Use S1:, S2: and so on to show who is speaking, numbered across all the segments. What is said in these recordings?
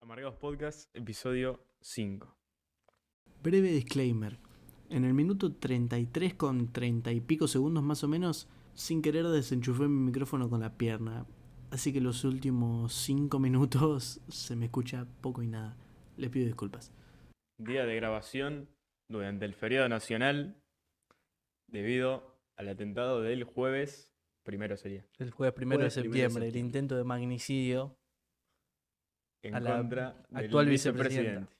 S1: Amargados Podcast, episodio 5.
S2: Breve disclaimer. En el minuto 33 con 30 y pico segundos más o menos, sin querer desenchufé mi micrófono con la pierna. Así que los últimos 5 minutos se me escucha poco y nada. Les pido disculpas.
S1: Día de grabación durante el feriado nacional debido al atentado del jueves, primero sería,
S3: El jueves primero
S2: Jueves
S3: de
S2: primero de
S3: septiembre, el intento de magnicidio.
S1: en
S3: A la
S1: contra del
S3: actual vicepresidenta.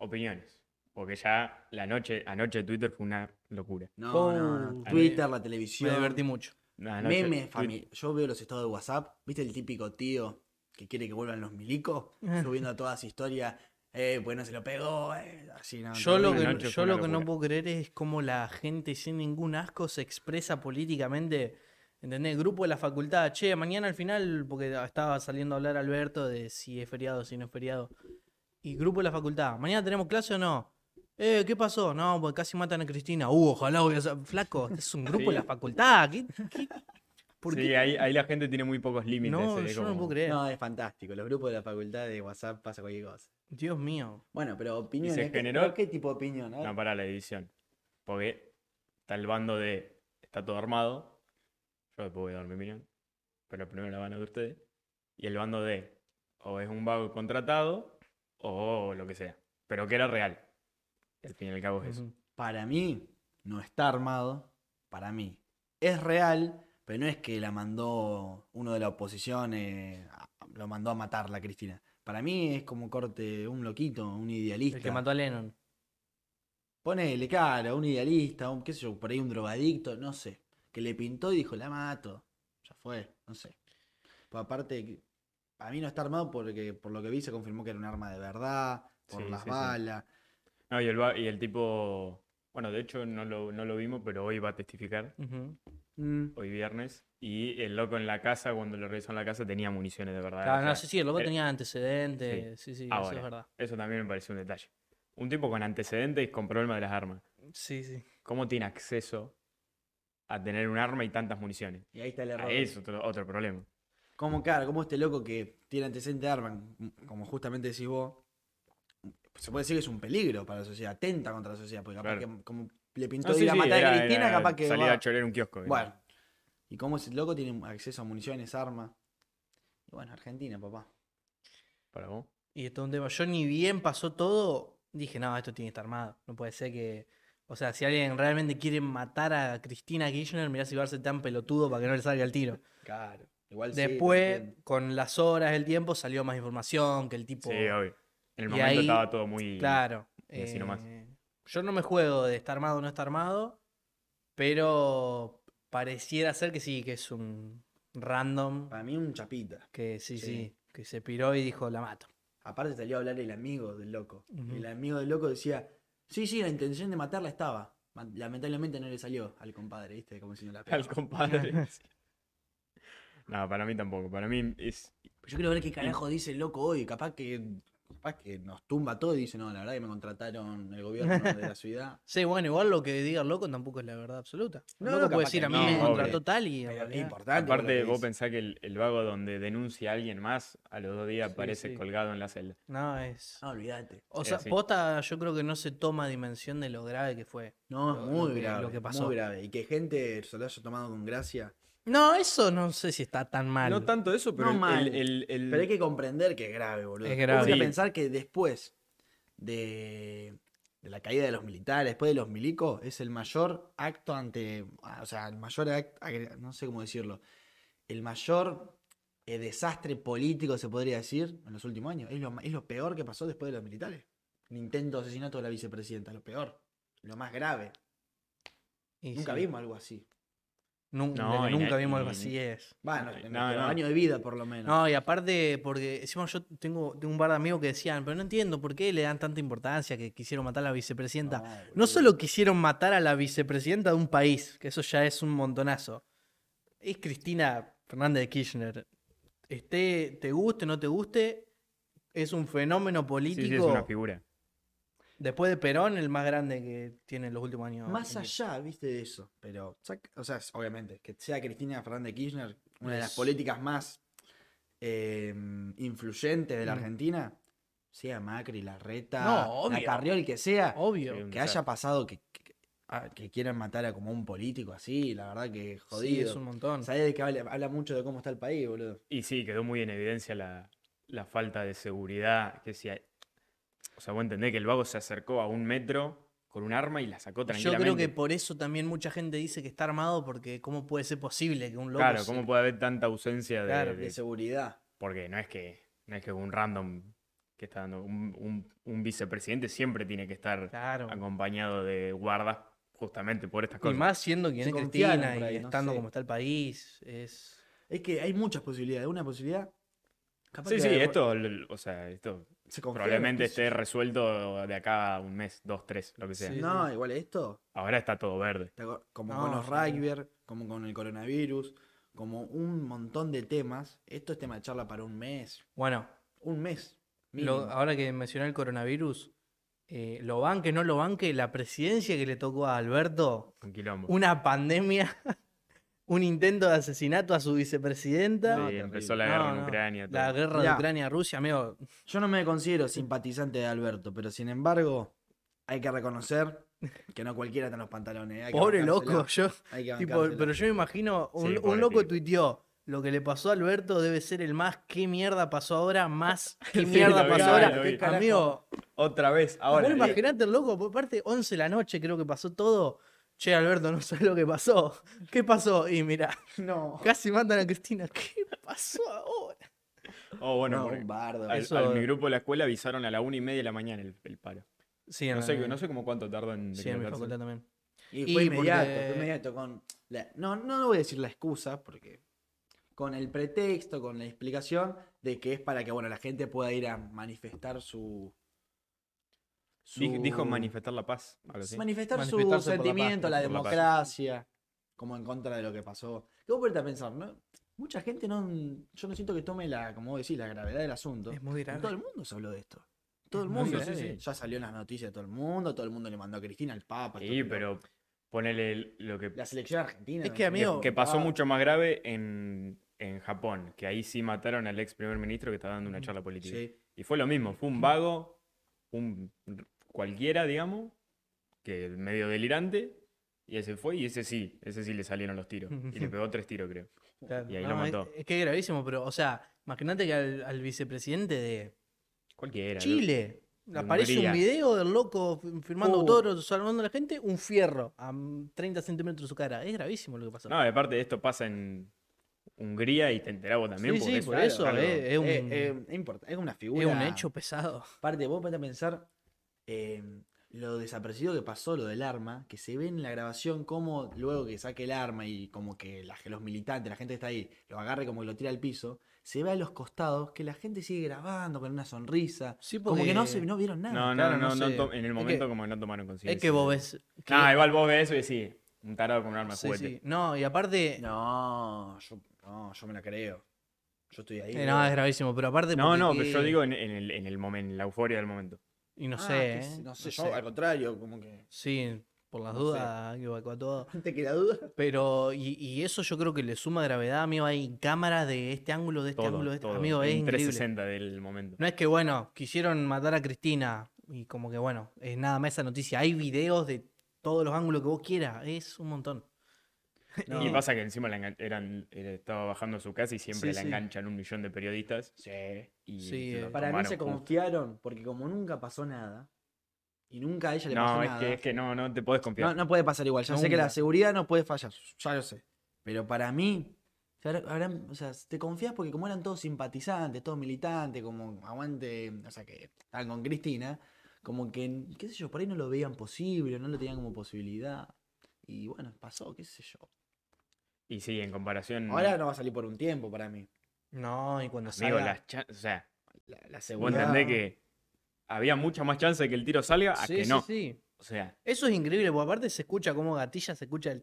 S1: Opiniones. Porque ya la noche, anoche Twitter fue una locura.
S4: No,
S3: Oh,
S4: no, no.
S3: a
S4: Twitter, la
S3: Me
S4: televisión.
S3: divertí mucho.
S1: Anoche
S4: Memes,
S1: Twi-
S4: familia. Yo veo los estados de WhatsApp. ¿Viste el típico tío que quiere que vuelvan los milicos? Subiendo todas sus historias. Eh, pues no se lo pegó. eh, así, no,
S3: Yo lo
S4: terrible.
S1: Una
S3: que,
S1: noche fue
S3: yo
S1: una
S3: lo que no
S1: locura.
S3: puedo creer es cómo la gente sin ningún asco se expresa políticamente. ¿Entendés? El grupo de la facultad, che, mañana al final, porque estaba saliendo a hablar Alberto de si es feriado o si no es feriado. Y grupo de la facultad, ¿mañana tenemos clase o no? Eh, ¿qué pasó? No, pues casi matan a Cristina. Uh, ojalá voy a ser flaco. este Es un grupo de la
S1: Sí.
S3: facultad. ¿Qué, qué- por
S1: Sí,
S3: qué?
S1: ahí, ahí la gente tiene muy pocos límites.
S3: No,
S1: eh,
S3: yo no
S1: como-
S3: puedo creer.
S4: No, es fantástico. Los grupos de la facultad de WhatsApp pasa cualquier cosa.
S3: Dios mío.
S4: Bueno, pero opiniones. ¿qué-
S1: generó-
S4: pero ¿Qué tipo de opinión?
S3: Ah.
S4: A ver.
S1: No, para la edición. Porque está el bando de. Está todo armado. Yo después voy a dar mi opinión. Pero primero la van a de ustedes. Y el bando de. O es un vago contratado. O lo que sea. Pero que era real. Y al fin y al cabo es eso.
S3: Ujú.
S4: Para mí, no está armado. Para mí. Es real, pero no es que la mandó uno de la oposición, eh, a- lo mandó a matar la Cristina. Para mí es como corte un loquito, un idealista.
S3: El que mató a Lennon.
S4: Ponele, cara, un idealista, un, qué sé yo, por ahí un drogadicto, no sé. Que le pintó y dijo, la mato. Ya fue, no sé. Pues aparte, a mí no está armado porque por lo que vi se confirmó que era un arma de verdad, por
S1: Sí,
S4: las
S1: sí, sí.
S4: balas.
S1: No, y el, va- y el tipo. Bueno, de hecho no lo, no lo vimos, pero hoy va a testificar.
S3: Ujú.
S4: Mm.
S1: Hoy viernes. Y el loco en la casa, cuando lo revisó en la casa, tenía municiones de verdad.
S3: Claro,
S1: o sea,
S3: no, sí, sí, el loco
S1: eh,
S3: tenía antecedentes. Sí, sí, eso
S1: ahora.
S3: es verdad.
S1: Eso también me pareció un detalle. Un tipo con antecedentes y con problema de las armas.
S3: Sí, sí.
S1: ¿Cómo tiene acceso a tener un arma y tantas municiones?
S4: Y ahí está el error.
S1: Ahí es otro, otro problema.
S4: Como, claro, como este loco que tiene antecedente de arma, como justamente decís vos, se puede decir que es un peligro para la sociedad, atenta contra la sociedad, porque capaz
S1: Claro.
S4: que como le pintó
S1: No, sí,
S4: ir a
S1: sí,
S4: matar
S1: era-
S4: a Cristina,
S1: era
S4: capaz que.
S1: Salir
S4: va-
S1: a chorear un kiosco. ¿eh?
S4: Bueno. ¿Y cómo ese loco tiene acceso a municiones, armas? Y bueno, Argentina, papá.
S1: Para vos.
S3: Y esto es un tema. Yo ni bien pasó todo, dije, no, esto tiene que estar armado. No puede ser que. O sea, si alguien realmente quiere matar a Cristina Kirchner, mirá si va a ser tan pelotudo para que no le salga el tiro.
S4: Claro. Igual sí,
S3: Después,
S4: también.
S3: con las horas, el tiempo, salió más información, que el tipo.
S1: Sí, obvio. En el
S3: y
S1: momento
S3: ahí-
S1: estaba todo muy.
S3: Claro.
S1: y así nomás.
S3: eh, yo no me juego de está armado o no está armado, pero pareciera ser que sí, que es un random.
S4: Para mí un chapita.
S3: Que sí,
S4: Sí.
S3: sí, que se piró y dijo, la mato.
S4: Aparte salió a hablar el amigo del loco.
S3: Ujú.
S4: El amigo del loco decía, sí, sí, la intención de matarla estaba. Ma- Lamentablemente no le salió al compadre, ¿viste? Como si no la pegó.
S1: Al compadre. no, para mí tampoco. Para mí es.
S4: Yo quiero ver qué carajo dice el loco hoy. Capaz que, capaz que nos tumba todo y dice, no, la verdad que me contrataron el gobierno de la ciudad.
S3: Sí, bueno, igual lo que diga el loco tampoco es la verdad absoluta. El
S4: No,
S3: loco
S4: no,
S3: puede
S4: capaz que
S3: decir, a mí
S1: no,
S3: me
S1: obvio.
S3: contrató tal y... en
S4: Pero es
S3: realidad-
S4: importante. por lo
S1: Aparte,
S4: que
S1: vos
S4: dice.
S1: pensás que el, el vago donde denuncia a alguien más, a los dos días
S3: Sí,
S1: aparece
S3: sí.
S1: colgado en la celda.
S3: No, es...
S4: No, olvídate.
S3: O
S1: Es
S3: sea,
S1: así.
S3: posta yo creo que no se toma dimensión de lo grave que fue.
S4: No, es
S3: lo- lo
S4: muy
S3: que-
S4: grave.
S3: lo que pasó.
S4: Muy grave. Y que gente se lo haya tomado con gracia.
S3: No, eso no sé si está tan mal.
S1: No tanto eso, pero
S4: No
S1: el-
S4: mal.
S1: el, el- el-
S4: Pero hay que comprender que es grave, boludo.
S3: Es grave.
S4: Hay que
S1: Sí.
S4: pensar que después de, de la caída de los militares, después de los milicos, es el mayor acto ante. ah, O sea, el mayor acto. No sé cómo decirlo. El mayor eh, desastre político, se podría decir, en los últimos años. Es lo, ma- es lo peor que pasó después de los militares. Un intento de asesinato de la vicepresidenta, lo peor. Lo más grave.
S3: Y
S4: Nunca
S3: sí,
S4: vimos algo así.
S3: nun-
S1: No,
S3: desde
S1: y
S3: nunca
S1: na-
S3: vimos
S1: y-
S3: algo así, es.
S4: Bueno,
S1: No,
S4: en
S1: no,
S4: nuestro
S1: no.
S4: año de vida, por lo menos.
S3: No, y aparte, porque encima yo tengo, tengo un par de amigos que decían, pero no entiendo por qué le dan tanta importancia que quisieron matar a la vicepresidenta. No
S4: boludo.
S3: solo quisieron matar a la vicepresidenta de un país, que eso ya es un montonazo. Es Cristina Fernández de Kirchner. Esté, te guste, no te guste, es un fenómeno
S1: Sí,
S3: político.
S1: sí, es una figura.
S3: Después de Perón, el más grande que tiene en los últimos años.
S4: Más
S3: Argentina.
S4: allá, viste, de eso. Pero, sac- o sea, es- obviamente, que sea Cristina Fernández de Kirchner, una de las
S3: Es-
S4: políticas más eh, influyentes de la Argentina, sea Macri, Larreta,
S3: No, obvio.
S4: la Carrió, el que sea,
S3: Obvio.
S1: Sí,
S4: que haya pasado que, que, a- que quieran matar a como un político así, la verdad que
S3: Sí,
S4: jodido.
S3: es un montón.
S4: ¿Sabés de qué habla? Habla mucho de cómo está el país, boludo.
S1: Y sí, quedó muy en evidencia la, la falta de seguridad. Que si hay- O sea, vos entendés que el vago se acercó a un metro con un arma y la sacó
S3: Yo creo
S1: tranquilamente.
S3: que por eso también mucha gente dice que está armado, porque ¿cómo puede ser posible que un loco.
S1: Claro,
S3: se-
S1: ¿cómo puede haber tanta ausencia de,
S3: Claro,
S1: de-
S4: De seguridad.
S1: Porque no es que no es que un random que está dando un, un- un vicepresidente siempre tiene que estar
S3: Claro.
S1: acompañado de guardas justamente por estas
S3: Y
S1: cosas.
S3: más siendo quien
S4: Se
S3: es
S4: confiaron
S3: Cristina
S4: por
S3: y
S4: ahí, no
S3: estando
S4: sé.
S3: como está el país. Es.
S4: Es que hay muchas posibilidades. Una posibilidad. capaz
S1: sí,
S4: que
S1: sí,
S4: la-
S1: esto, l- l- o sea, esto
S4: se confía,
S1: probablemente
S4: qué sé
S1: esté
S4: yo.
S1: resuelto de acá a un mes, dos, tres, lo que sea.
S3: Sí,
S4: No, igual esto,
S1: Ahora está todo verde.
S4: te acor- como
S3: No,
S4: con los
S3: claro.
S4: rugby, como con el coronavirus, como un montón de temas. Esto es tema de charla para un mes.
S3: Bueno,
S4: Un mes.
S3: lo- ah.
S4: mínimo.
S3: ahora que mencioné el coronavirus, eh, lo banque, no lo banque, la presidencia que le tocó a Alberto,
S1: Un quilombo.
S3: una pandemia, un intento de asesinato a su vicepresidenta.
S1: Sí, empezó la guerra
S3: No,
S1: en
S3: no.
S1: Ucrania.
S3: La
S1: todo.
S3: guerra de
S4: Mirá.
S3: Ucrania-Rusia, amigo.
S4: Yo no me considero simpatizante de Alberto, pero sin embargo, hay que reconocer que no cualquiera está en los pantalones. ¿eh? Hay que
S3: Pobre
S4: bancársela,
S3: loco. Yo,
S4: Hay que
S3: tipo,
S4: bancársela.
S3: pero yo me imagino, un,
S1: Sí,
S3: un
S1: pobre
S3: loco
S1: tipo.
S3: tuiteó. Lo que le pasó a Alberto debe ser el más qué mierda pasó ahora, más qué
S1: Sí,
S3: mierda
S1: lo vi,
S3: pasó
S1: lo vi,
S3: ahora.
S1: lo vi.
S3: Amigo,
S1: Otra vez, ahora. eh,
S3: Ahora,
S1: sí.
S3: imaginate el loco, por parte 11 de la noche creo que pasó todo. Che, Alberto, no sé lo que pasó. ¿Qué pasó? Y mira,
S4: No.
S3: casi matan a Cristina. ¿Qué pasó ahora?
S1: Oh, bueno,
S4: No,
S1: por-
S4: un bardo.
S1: al-
S3: eso-
S1: al- mi grupo de la escuela avisaron a la una y media de la mañana el, el paro.
S3: Sí,
S1: No sé, no sé cómo cuánto tardó en
S3: Ah. Sí, en mi
S1: decretarse.
S3: facultad también.
S4: Y fue
S3: Y
S4: inmediato,
S3: porque-
S4: fue inmediato con la- no, no no voy a decir la excusa, porque con el pretexto, con la explicación de que es para que bueno la gente pueda ir a manifestar su,
S1: Di-
S4: su-
S1: Dijo manifestar la paz. algo así.
S4: manifestar
S3: Manifestarse
S4: su
S3: por la paz,
S4: sentimiento,
S1: por la
S4: la,
S1: paz.
S4: democracia, como en contra de lo que pasó. ¿Qué vos ponete a pensar, no? Mucha gente no, yo no siento que tome la, como vos decís, la gravedad del asunto.
S3: Es muy
S4: Todo el
S3: grave.
S4: mundo se habló de esto. Todo el
S3: muy
S4: mundo,
S1: grave. Sí, sí.
S4: ya salió en las noticias de todo el mundo, todo el mundo le mandó a Cristina, al Papa. todo
S1: Sí,
S4: el-
S1: pero ponele lo que, eh,
S4: La selección argentina.
S3: Es
S4: no
S3: que
S4: sé.
S3: a mí- amigo,
S1: que pasó
S4: ah.
S1: mucho más grave en, en Japón, que ahí sí mataron al ex primer ministro que estaba dando una
S3: Ujú.
S1: charla política.
S4: Sí.
S1: Y fue lo mismo, fue un vago, un cualquiera, digamos, que medio delirante, y ese fue, y ese sí, ese sí le salieron los tiros. Y le pegó tres tiros, creo.
S3: Claro.
S1: Y ahí lo
S3: No, es-
S1: mató.
S3: Es, que es gravísimo, pero, o sea, imagínate que al, al vicepresidente de
S1: Cualquiera. loco.
S3: Chile
S1: de
S3: aparece un
S1: Hungría.
S3: video del loco fi- firmando
S4: Uh.
S3: autógrafos, salvando a la gente, un fierro a 30 centímetros de su cara. Es gravísimo lo que pasó.
S1: No, y aparte esto pasa en Hungría y te enterás vos también.
S3: Sí,
S1: porque
S3: sí,
S1: es
S3: por
S1: algo-
S3: eso,
S1: algo-
S3: eh, es un-
S4: Eh, eh, es import- es una figura.
S3: es un hecho pesado.
S4: Aparte, vos ponete a pensar eh, lo desaparecido que pasó, lo del arma, que se ve en la grabación como luego que saque el arma y como que la- los militantes, la gente que está ahí, lo agarre como que lo tira al piso, se ve a los costados que la gente sigue grabando con una sonrisa.
S3: Sí,
S4: Como que no,
S3: porque-
S4: se, no vieron nada.
S1: No, no,
S3: Claro,
S1: no,
S3: no
S1: no
S3: sé.
S1: to- en el
S3: Es
S1: momento
S3: que-
S1: como que no tomaron conciencia.
S3: Es que vos ves. que-
S1: Ah, igual vos ves eso y decís, un tarado con un arma de
S3: sí,
S1: juguete.
S3: sí. No, y aparte. No,
S4: No, yo, no, yo me la creo. Yo estoy ahí.
S3: eh,
S4: boludo.
S3: no, es gravísimo, pero aparte.
S1: No,
S3: porque
S1: no,
S3: que-
S1: pero yo digo en, en el, en el momento, en la euforia del momento.
S3: Y no
S4: Ah,
S3: sé,
S4: qué
S3: eh,
S4: sé- No sé, yo al contrario, como que.
S3: Sí, por las
S4: no sé.
S3: dudas, hay que evacuar todo.
S4: Antes que la duda.
S3: Pero, y, y eso yo creo que le suma gravedad, amigo. Hay cámaras de este ángulo, de este
S1: Todo,
S3: ángulo, de este.
S1: todo.
S3: Amigo, es
S1: en
S3: increíble.
S1: 360 del momento.
S3: No es que, bueno, quisieron matar a Cristina y como que, bueno, es nada más esa noticia. Hay videos de todos los ángulos que vos quieras. Es un montón.
S4: No.
S1: Y pasa que encima la engan- eran, era- estaba bajando a su casa y siempre
S3: Sí,
S1: la
S3: sí.
S1: enganchan un millón de periodistas.
S4: Sí.
S1: Y
S3: Sí,
S1: se
S3: eh.
S1: lo
S4: Para mí
S1: tomaron
S4: se
S1: justo.
S4: confiaron, porque como nunca pasó nada, y nunca a ella le pasó
S1: No, es
S4: nada.
S1: que, es que no, no te podés confiar.
S4: no, no puede pasar igual. Ya sé que
S3: Nunca.
S4: la seguridad no puede fallar. Ya lo sé. Pero para mí, ya lo- habrán- o sea, te confías porque como eran todos simpatizantes, todos militantes, como aguante, o sea, que estaban con Cristina, como que, qué sé yo, por ahí no lo veían posible, no lo tenían como posibilidad. Y bueno, pasó, qué sé yo.
S1: Y sí, en comparación.
S4: Ahora no va a salir por un tiempo para mí.
S3: No, y cuando
S1: Amigo,
S3: salga-
S1: las chan- o sea,
S4: La, la
S1: vos
S4: seguridad.
S1: entendés que había mucha más chance de que el tiro salga a
S3: Sí,
S1: que
S3: sí,
S1: no.
S3: sí.
S1: O sea,
S3: Eso es increíble, porque aparte se escucha como gatilla, se escucha el. y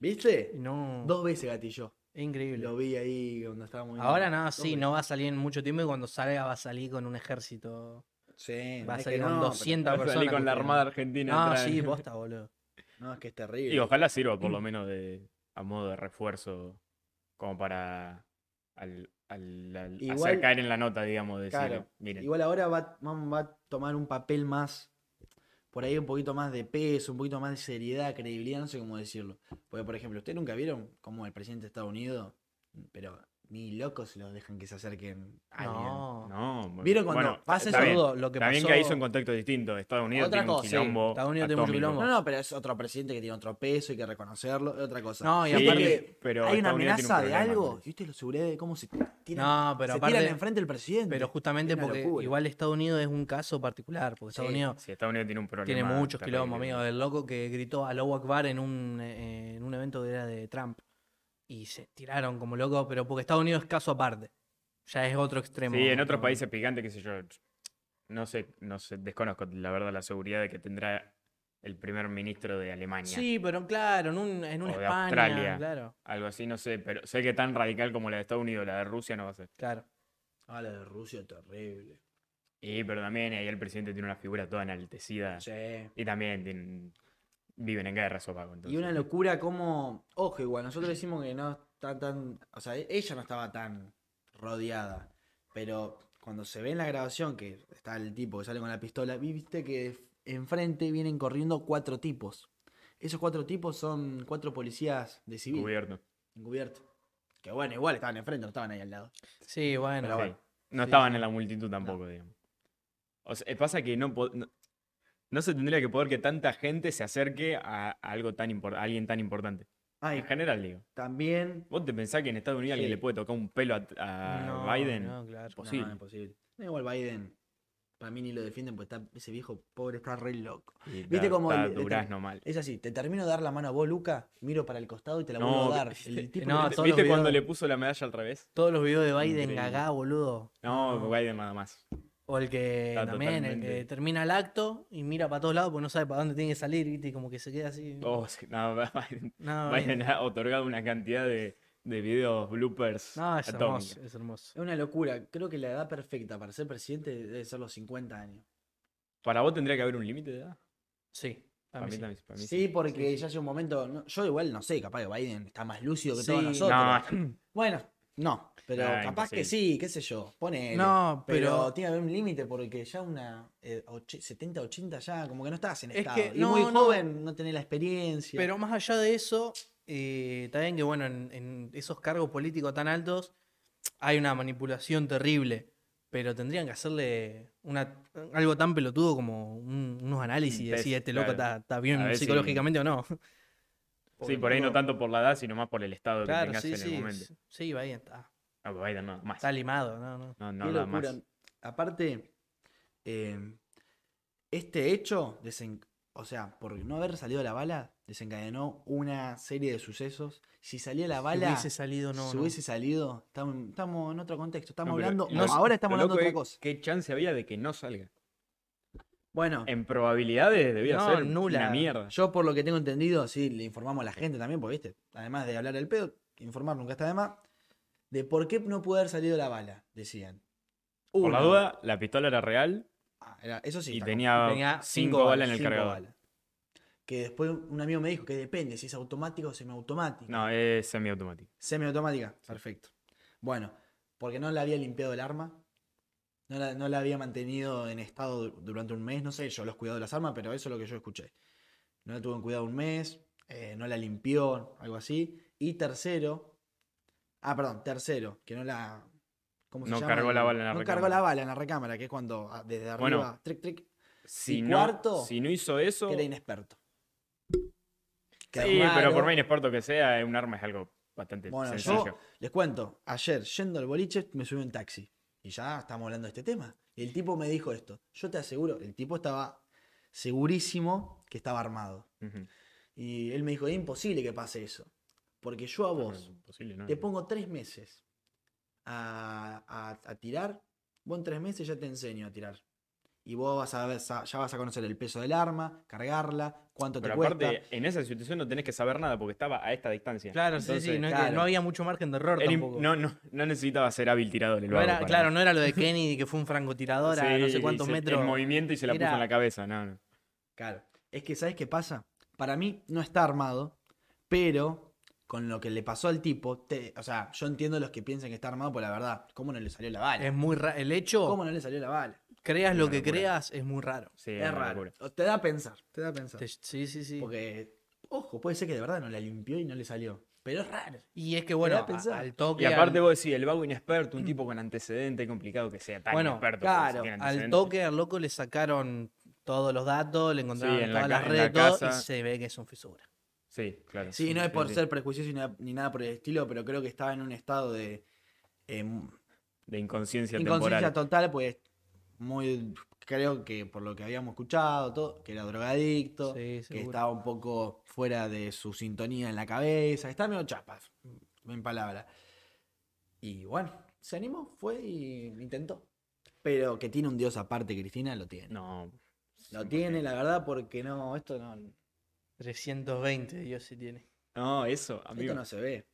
S4: ¿Viste?
S3: No.
S4: Dos veces gatillo.
S3: Es increíble.
S4: Lo vi ahí cuando estábamos viendo.
S3: Ahora no,
S4: Dos
S3: sí,
S4: veces.
S3: no va a salir en mucho tiempo y cuando salga va a salir con un ejército.
S4: Sí,
S3: Va a
S4: es que
S3: salir con
S4: no,
S3: 200
S1: salí
S3: personas.
S1: con la
S3: que-
S1: Armada Argentina.
S3: No,
S1: atrás.
S3: sí, posta, boludo.
S4: pero- no, es que es terrible.
S1: Y ojalá sirva por lo menos de a modo de refuerzo como para al, al, al-
S4: Igual-
S1: hacer caer en la nota, digamos, de decir,
S4: Claro.
S1: miren,
S4: Igual ahora va, Batman va a tomar un papel más, por ahí un poquito más de peso, un poquito más de seriedad, credibilidad, no sé cómo decirlo. Porque, por ejemplo, ¿ustedes nunca vieron cómo el presidente de Estados Unidos, pero ni locos los dejan que se acerquen a alguien?
S3: No.
S1: no, bueno,
S4: ¿Vieron cuando
S1: bueno,
S4: pasa
S1: está
S4: eso,
S1: bien,
S3: boludo? Lo que
S1: está bien que
S3: pasó-
S1: hizo en contexto distinto. Estados Unidos
S4: Otra
S1: tiene
S4: cosa,
S1: un
S4: sí,
S1: quilombo.
S3: Estados Unidos tiene mucho
S1: atómico.
S4: No,
S3: quilombo.
S4: no, pero es otro presidente que tiene otro peso, hay que reconocerlo, es otra cosa.
S3: No, y
S1: Sí,
S3: aparte.
S1: pero
S4: hay una
S1: Estados Unidos tiene un
S4: amenaza de
S1: problema
S4: algo,
S1: con
S4: y ¿viste? La seguridad de cómo se tiran,
S3: No, pero
S4: se
S3: aparte.
S4: tiran enfrente del presidente.
S3: Pero justamente
S4: Es una
S3: porque
S4: locura.
S3: igual Estados Unidos es un caso particular, porque Estados
S4: Sí,
S1: eso.
S3: Unidos
S1: Sí, Estados Unidos tiene un problema.
S3: tiene muchos
S1: terrible.
S3: quilombos, amigo. El loco que gritó a Low Akbar en un, eh, en un evento que era de Trump. Y se tiraron como locos, pero porque Estados Unidos es caso aparte. Ya es otro extremo.
S1: Sí, en
S3: ¿no?
S1: otros países picantes, qué sé yo. No sé, no sé, desconozco la verdad la seguridad de que tendrá el primer ministro de Alemania.
S3: Sí, pero claro, en un, en un
S1: O de
S3: España.
S1: Australia.
S3: Claro,
S1: Algo así, no sé, pero sé que tan radical como la de Estados Unidos, la de Rusia no va a ser.
S3: claro.
S4: Ah, la de Rusia, terrible.
S1: Y pero también ahí el presidente tiene una figura toda
S3: Ah.
S1: enaltecida.
S4: Sí.
S1: Y también tienen- viven en guerra esos vagos.
S4: Y
S1: entonces.
S4: una locura como. Ojo, igual, nosotros decimos que no está tan. O sea, ella no estaba tan rodeada. Pero cuando se ve en la grabación que está el tipo que sale con la pistola, vi- viste que enfrente vienen corriendo cuatro tipos. Esos cuatro tipos son cuatro policías de civil
S1: Gobierno.
S4: encubierto. Que bueno, igual estaban enfrente, no estaban ahí al lado.
S3: Sí, bueno.
S4: Pero
S1: Sí.
S4: bueno.
S1: No
S3: Sí,
S1: estaban
S3: sí.
S1: en la multitud tampoco, digamos. O sea, eh, pasa que no, po- no, no se tendría que poder que tanta gente se acerque a, a algo tan impor- a alguien tan importante.
S4: Ay,
S3: Ah,
S1: En general, digo.
S4: también.
S1: ¿Vos te pensás que en Estados Unidos alguien
S4: Sí.
S1: le puede tocar un pelo a, a
S3: No,
S1: Biden?
S3: no, claro.
S1: Posible.
S4: No, imposible. No, igual Biden. Para mí ni lo defienden porque está, ese viejo pobre está re loco.
S1: Y
S4: ¿Viste
S1: está-
S4: cómo
S1: está
S4: le- le-
S1: durazno mal.
S3: eh,
S4: Es así, te termino de dar la mano a vos, Luca, miro para el costado y te la vuelvo
S1: No,
S4: a dar.
S1: viste-
S4: El tipo
S3: no,
S4: que-
S3: todos los
S1: ¿Viste cuando
S3: videos-
S1: le puso la medalla al revés?
S3: Todos los videos de Biden
S1: Increíble.
S3: gaga, boludo.
S1: No, Biden nada más.
S3: O el que
S1: Está
S3: también, el
S1: Ah, totalmente-
S3: que termina el acto y mira para todos lados porque no sabe para dónde tiene que salir, ¿viste? Y como que se queda así.
S1: Oh, sí, no, Biden,
S3: no,
S1: Biden
S3: eh,
S1: ha otorgado una cantidad de, de videos bloopers
S3: no, es
S1: atómicos.
S3: hermoso, es hermoso.
S4: Es una locura. Creo que la edad perfecta para ser presidente debe ser los 50 años.
S1: ¿Para vos tendría que haber un límite de edad?
S3: Sí,
S1: Para mí
S3: sí.
S1: también, para mí
S4: Sí,
S1: sí.
S4: porque ya hace un momento. no- yo igual no sé, capaz que Biden está más lúcido que
S3: Sí.
S4: todos nosotros.
S1: No,
S4: Bueno, no. Pero
S1: Ah,
S4: capaz que
S1: imposible.
S4: sí, qué sé yo. Pone.
S3: No,
S4: pero,
S3: pero-
S4: tiene que haber un límite porque ya una eh, och- 70, 80 ya, como que no estás en
S3: Es
S4: estado.
S3: que
S4: y
S3: no,
S4: muy
S3: no.
S4: joven, no tenés la experiencia.
S3: Pero más allá de eso, eh, está bien que, bueno, en, en esos cargos políticos tan altos hay una manipulación terrible. Pero tendrían que hacerle una, algo tan pelotudo como un- unos análisis y
S1: test,
S3: decir, este loco está
S1: claro.
S3: está
S1: A ver
S3: bien
S1: si-
S3: psicológicamente o no.
S1: Sí, por ahí no
S3: Boludo.
S1: tanto por la edad, sino más por el estado que
S3: Claro,
S1: tengas
S3: sí,
S1: en el
S3: sí.
S1: momento.
S3: Sí, Biden está,
S1: No, pero Biden no, más.
S3: está limado, no, no.
S1: No,
S4: Qué
S1: no da
S4: locura.
S1: más.
S4: Aparte, eh, este hecho, desen- o sea, por no haber salido la bala, desencadenó una serie de sucesos. Si salía la
S3: Si
S4: bala,
S3: hubiese salido, no.
S4: si
S3: no.
S4: hubiese salido, estamos, en- estamos en otro contexto. Estamos
S1: No, pero
S4: hablando,
S1: lo-
S4: ahora estamos
S1: lo
S4: hablando de
S1: loco
S4: otra
S1: es
S4: cosa.
S1: ¿Qué chance había de que no salga?
S4: Bueno,
S1: En probabilidades debía
S3: No,
S1: ser
S3: nula.
S1: una mierda.
S4: yo por lo que tengo entendido, sí, le informamos a la gente también, porque viste, además de hablar el pedo, informar nunca está de más, de por qué no pudo haber salido la bala, decían.
S1: Por la
S4: Uno.
S1: duda, la pistola era real
S4: Ah, era- eso sí.
S1: y
S4: está
S1: tenía,
S3: tenía
S1: cinco
S3: cinco
S1: balas en el
S4: Cinco
S1: cargador.
S4: balas. Que después un amigo me dijo que depende si es automática o semiautomática.
S1: No, es semiautomático.
S4: Semiautomática, perfecto. Bueno, porque no la había limpiado el arma. No la, no la había mantenido en estado du- durante un mes, no sé, yo los cuidados de las armas, pero eso es lo que yo escuché. No la tuvo en cuidado un mes, eh, no la limpió, algo así. Y tercero, ah, perdón, tercero, que no la... ¿cómo se
S1: No
S4: llama?
S1: cargó la bala en la
S4: No cargó
S1: recámara.
S4: la bala en la recámara, que es cuando ah, desde arriba,
S1: Bueno,
S4: tric, tric,
S1: Si
S4: ¿Y
S1: no,
S4: cuarto?
S1: si no hizo eso.
S4: que era inexperto. Que
S1: Sí, pero
S4: raro.
S1: por más inexperto que sea, un arma es algo bastante
S4: Bueno,
S1: sencillo.
S4: yo les cuento, ayer yendo al boliche me subí un taxi y ya estamos hablando de este tema. Y el tipo me dijo esto, yo te aseguro, el tipo estaba segurísimo que estaba armado.
S1: Ujú.
S4: Y él me dijo, es imposible que pase eso, porque yo a vos
S1: No, no, imposible, ¿no?
S4: te pongo tres meses a, a- a tirar, vos en tres meses ya te enseño a tirar. Y vos vas a ver, sa- ya vas a conocer el peso del arma, cargarla, cuánto
S1: Pero
S4: te cuesta.
S1: aparte, en esa situación no tenés que saber nada porque estaba a esta distancia.
S3: Claro, sí, sí,
S1: Entonces,
S3: no, es que
S4: claro.
S3: no había mucho margen de error
S1: era im-
S3: tampoco.
S1: no, no, no necesitaba ser hábil tirador el
S3: No
S1: vago
S3: era,
S1: para-
S3: claro, no era lo de Kenny que fue un francotirador a no
S1: Sí,
S3: sé
S1: y
S3: cuántos
S1: se-
S3: metros.
S1: En movimiento y se la
S3: Era-
S1: puso en la cabeza. No, no.
S4: Claro. Es que, ¿sabes qué pasa? Para mí no está armado, pero con lo que le pasó al tipo, te- o sea, yo entiendo los que piensan que está armado, por la verdad, ¿cómo no le salió la bala?
S3: Es muy ra- El hecho,
S4: ¿Cómo no le salió la bala?
S3: creas lo
S1: Una
S3: que
S1: locura.
S3: creas, es muy raro.
S1: Sí,
S4: es
S1: una
S4: raro.
S1: locura.
S4: O Te da a pensar, te da a pensar.
S3: Te- sí, sí, sí.
S4: Porque, ojo, puede ser que de verdad no la limpió y no le salió. Pero es raro.
S3: Y es que, bueno,
S4: da a
S3: a-
S4: pensar.
S3: al toque.
S1: Y aparte
S3: al- Mm.
S1: vos decís, el vago inexperto, un tipo con antecedente complicado que sea tan
S3: Bueno,
S1: inexperto. porque
S4: claro,
S1: si tiene
S3: Al
S1: antecedentes-
S3: toque al loco le sacaron todos los datos, le encontraron
S1: Sí, en la
S3: todas
S1: ca-
S3: las
S1: en la
S3: redes, todo, y
S1: casa.
S3: se ve que es un fisura.
S1: Sí, claro.
S4: Sí, no es por
S1: sí,
S4: ser prejuicioso ni nada, ni nada por el estilo, pero creo que estaba en un estado de em,
S1: De inconsciencia,
S4: inconsciencia
S1: temporal.
S4: total, pues muy, creo que por lo que habíamos escuchado, todo, que era drogadicto,
S3: Sí,
S4: que
S3: seguro.
S4: estaba un poco fuera de su sintonía en la cabeza, estaba medio chapas, en palabra. Y bueno, se animó, fue y intentó. Pero que tiene un dios aparte, Cristina, lo tiene.
S1: No.
S4: Lo tiene, la verdad, porque no, esto no,
S3: 320, Dios sí tiene.
S1: No, eso, amigo.
S4: esto no se ve.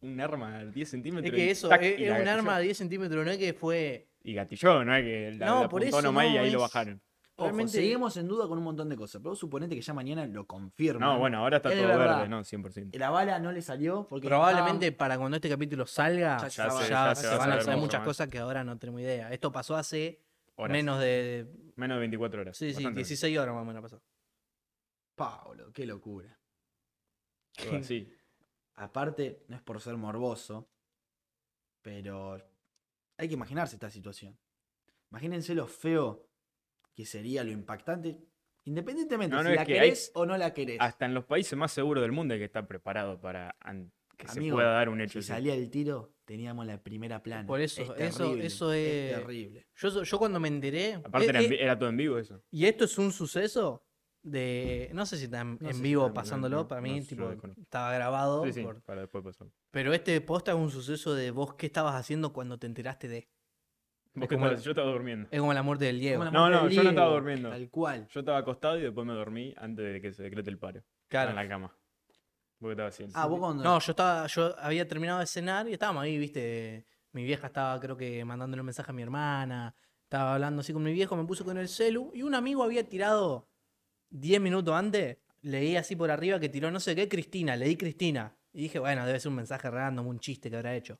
S1: Un arma de 10
S3: Es
S1: centímetros.
S3: que
S1: y
S3: eso,
S1: tac,
S3: es,
S1: y
S3: es
S1: la
S3: un
S1: gatilló.
S3: arma de 10 centímetros, no es que fue.
S1: Y gatilló, ¿no? Es que la,
S3: No,
S1: la
S3: por
S1: apuntó
S3: eso
S1: nomás y
S3: no,
S1: ahí lo
S3: es-
S1: bajaron.
S4: Ojo,
S3: Realmente-
S4: seguimos en duda con un montón de cosas, pero vos suponete que ya mañana lo confirma.
S1: No, bueno, ahora está
S4: Es
S1: todo
S4: verdad.
S1: verde, ¿no? 100%.
S4: La bala no le salió porque.
S3: Probablemente para cuando este capítulo salga,
S4: Ya
S3: ya,
S4: se sabe,
S1: ya
S3: se,
S1: se va a
S3: van a
S1: saber
S3: saber
S1: mucho
S3: muchas
S1: más.
S3: cosas que ahora no tenemos idea. Esto pasó hace
S1: Horas.
S3: menos de.
S1: Menos de 24 horas.
S3: Sí, sí,
S1: Bastante.
S3: 16 horas más o menos pasó.
S4: estaba- Pablo, qué locura.
S1: Algo así.
S4: Aparte, no es por ser morboso, pero hay que imaginarse esta situación. Imagínense lo feo que sería, lo impactante, independientemente
S1: No, no,
S4: si
S1: es
S4: la
S1: que hay-
S4: querés o no la querés.
S1: Hasta en los países más seguros del mundo hay que estar preparado para an- que
S4: Amigo,
S1: se pueda dar un hecho
S4: Si
S1: así.
S4: salía el tiro, teníamos la primera plana.
S3: Por eso,
S4: Es
S3: eso-
S4: terrible,
S3: eso es-
S4: terrible.
S3: Yo, so- yo cuando me enteré.
S1: Aparte
S3: eh,
S1: era, en
S3: eh,
S1: vi- era todo en vivo eso.
S3: y esto es un suceso de. No sé si está en,
S4: No
S3: en
S4: sé si
S3: vivo
S4: está en-
S3: pasándolo,
S1: no, no,
S3: para mí,
S1: no,
S3: tipo,
S1: yo desconozco.
S3: estaba grabado.
S1: Sí, sí,
S3: por-
S1: para después pasar.
S3: pero este posta es un suceso de vos qué estabas haciendo cuando te enteraste de.
S1: Vos que
S3: como
S1: estabas- yo estaba durmiendo.
S3: Es como la muerte del Diego.
S4: Como la
S1: No,
S4: muerte
S1: no,
S4: del
S1: yo no estaba
S4: Diego,
S1: durmiendo.
S4: Tal cual.
S1: Yo estaba acostado y después me dormí antes de que se decrete el paro. En
S3: Claro.
S1: la cama. ¿Vos qué estabas haciendo?
S4: Ah, vos cuando.
S3: No, yo estaba, yo había terminado de cenar y estábamos ahí, viste. Mi vieja estaba, creo que, mandándole un mensaje a mi hermana. Estaba hablando así con mi viejo, me puso con el celu. Y un amigo había tirado 10 minutos antes. Leí así por arriba que tiró no sé qué, Cristina. Leí Cristina. Y dije, bueno, debe ser un mensaje random, un chiste que habrá hecho.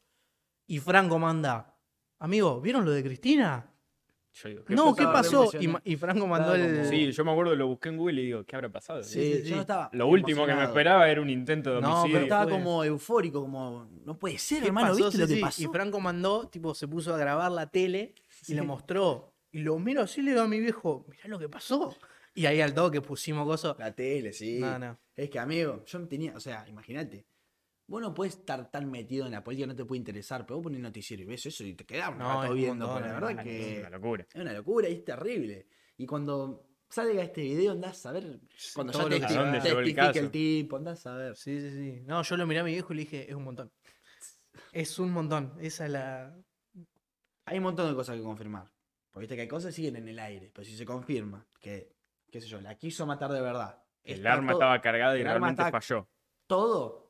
S3: Y Franco manda, amigo, ¿vieron lo de Cristina?
S1: Yo digo,
S3: no, ¿qué
S4: Estaba
S3: pasó?
S4: re
S3: Y, ma- y Franco mandó
S4: Estaba
S3: el.
S4: como-
S1: Sí, yo me acuerdo, lo busqué en Google y digo, ¿qué habrá pasado?
S4: Sí,
S3: Sí,
S4: yo
S3: sí.
S4: no estaba.
S1: Lo último que me
S4: emocionado.
S1: esperaba era un intento de
S3: No,
S1: homicidio.
S4: Pero estaba
S3: fue-
S4: como eufórico, como. No puede ser,
S3: ¿Qué
S4: hermano,
S3: pasó?
S4: ¿viste
S3: Sí,
S4: lo que
S3: sí.
S4: pasó?
S3: Y Franco mandó, tipo, se puso a grabar la tele y lo mostró. Y lo miro así le digo a mi viejo, mirá lo que pasó. Y ahí al toque pusimos cosas.
S4: La tele, sí.
S3: No, no.
S4: Es que, amigo, yo no tenía. O sea, imagínate. Vos no puedes estar tan metido en la política, no te puede interesar, pero vos ponés noticiero y ves eso y te quedás un
S3: No, es
S4: rato
S3: un
S4: viendo.
S3: montón,
S4: pero la
S3: es
S4: verdad
S1: Ah,
S4: que
S1: Es una locura.
S4: es una locura y es terrible. Y cuando salga este video, andás a ver. Cuando
S3: todo
S4: ya
S3: lo
S4: te
S3: que se va. ¿A dónde
S1: llegó el
S4: testifique el,
S1: caso?
S4: tipo, andás a ver.
S3: Sí, sí, sí. No, yo lo miré a mi viejo y le dije, es un montón. Es un montón. Esa es la.
S4: Hay un montón de cosas que confirmar. Porque viste que hay cosas que siguen en el aire. Pero si se confirma que, qué sé yo, la quiso matar de verdad.
S1: El
S4: está
S1: arma
S4: todo-
S1: estaba cargada y
S4: el arma
S1: realmente
S4: está-
S1: falló.
S4: todo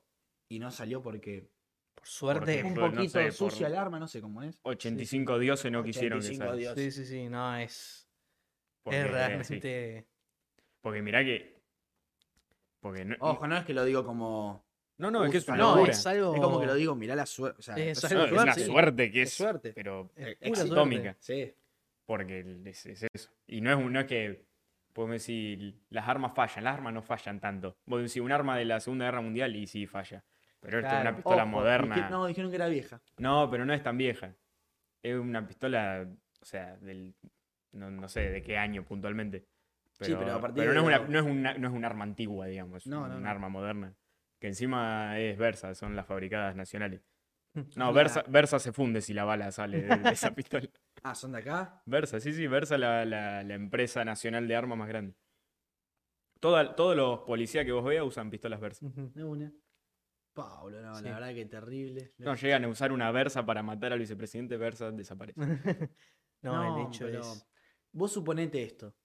S4: y no salió porque
S3: Por suerte.
S1: qué?
S4: un
S1: Por- no
S4: poquito
S1: sé, por-
S4: sucia el arma, no sé cómo es.
S1: 85 dioses no quisieron que
S4: 85
S1: salga.
S4: dioses.
S3: Sí, sí, sí. No, es.
S1: Porque,
S3: es
S1: sí,
S3: realmente.
S1: porque mirá que. Porque no,
S4: Ojo, no es que lo digo como.
S1: no, no, es que es una
S4: Ufa,
S3: No,
S1: locura.
S3: es algo.
S4: Es como que lo digo, mirá la suerte. O sea,
S3: Es
S4: esto
S1: No,
S3: algo
S1: es una
S3: sí.
S1: suerte que
S4: Es
S1: es,
S4: suerte.
S1: pero
S3: Es
S1: es
S3: pura
S1: atómica.
S3: suerte.
S4: Sí.
S1: Porque el- es, es eso. Y no es, un- no es que, podemos decir, las armas fallan, las armas no fallan tanto. Vos decís, un arma de la Segunda Guerra Mundial y sí falla. Pero esta es
S3: Claro.
S1: una pistola
S4: Ojo,
S1: moderna.
S4: dije-
S1: No.
S4: no, dijeron que era vieja.
S1: pero no es tan vieja. Es una pistola, o sea, del, no, no sé de qué año puntualmente. Pero,
S4: pero a partir
S1: pero no,
S4: de
S1: es una,
S4: los-
S1: no, es una- no es un arma antigua, digamos. Es
S4: No, no,
S1: un
S4: no.
S1: arma moderna. Que encima es Versa, son las fabricadas nacionales. No,
S4: Mira.
S1: Versa, Versa se funde si la bala sale de- de esa pistola.
S4: Ah, son de acá.
S1: Versa, sí, sí, Versa la, la, la empresa nacional de armas más grande. Toda- todos los policías que vos veas usan pistolas Versa.
S3: Ujú.
S4: No una. Pablo, no,
S3: Sí.
S4: la verdad que terrible.
S1: No llegan a usar una Versa para matar al vicepresidente, Versa desaparece.
S3: No, el hecho
S4: pero
S3: es.
S4: Vos suponete esto.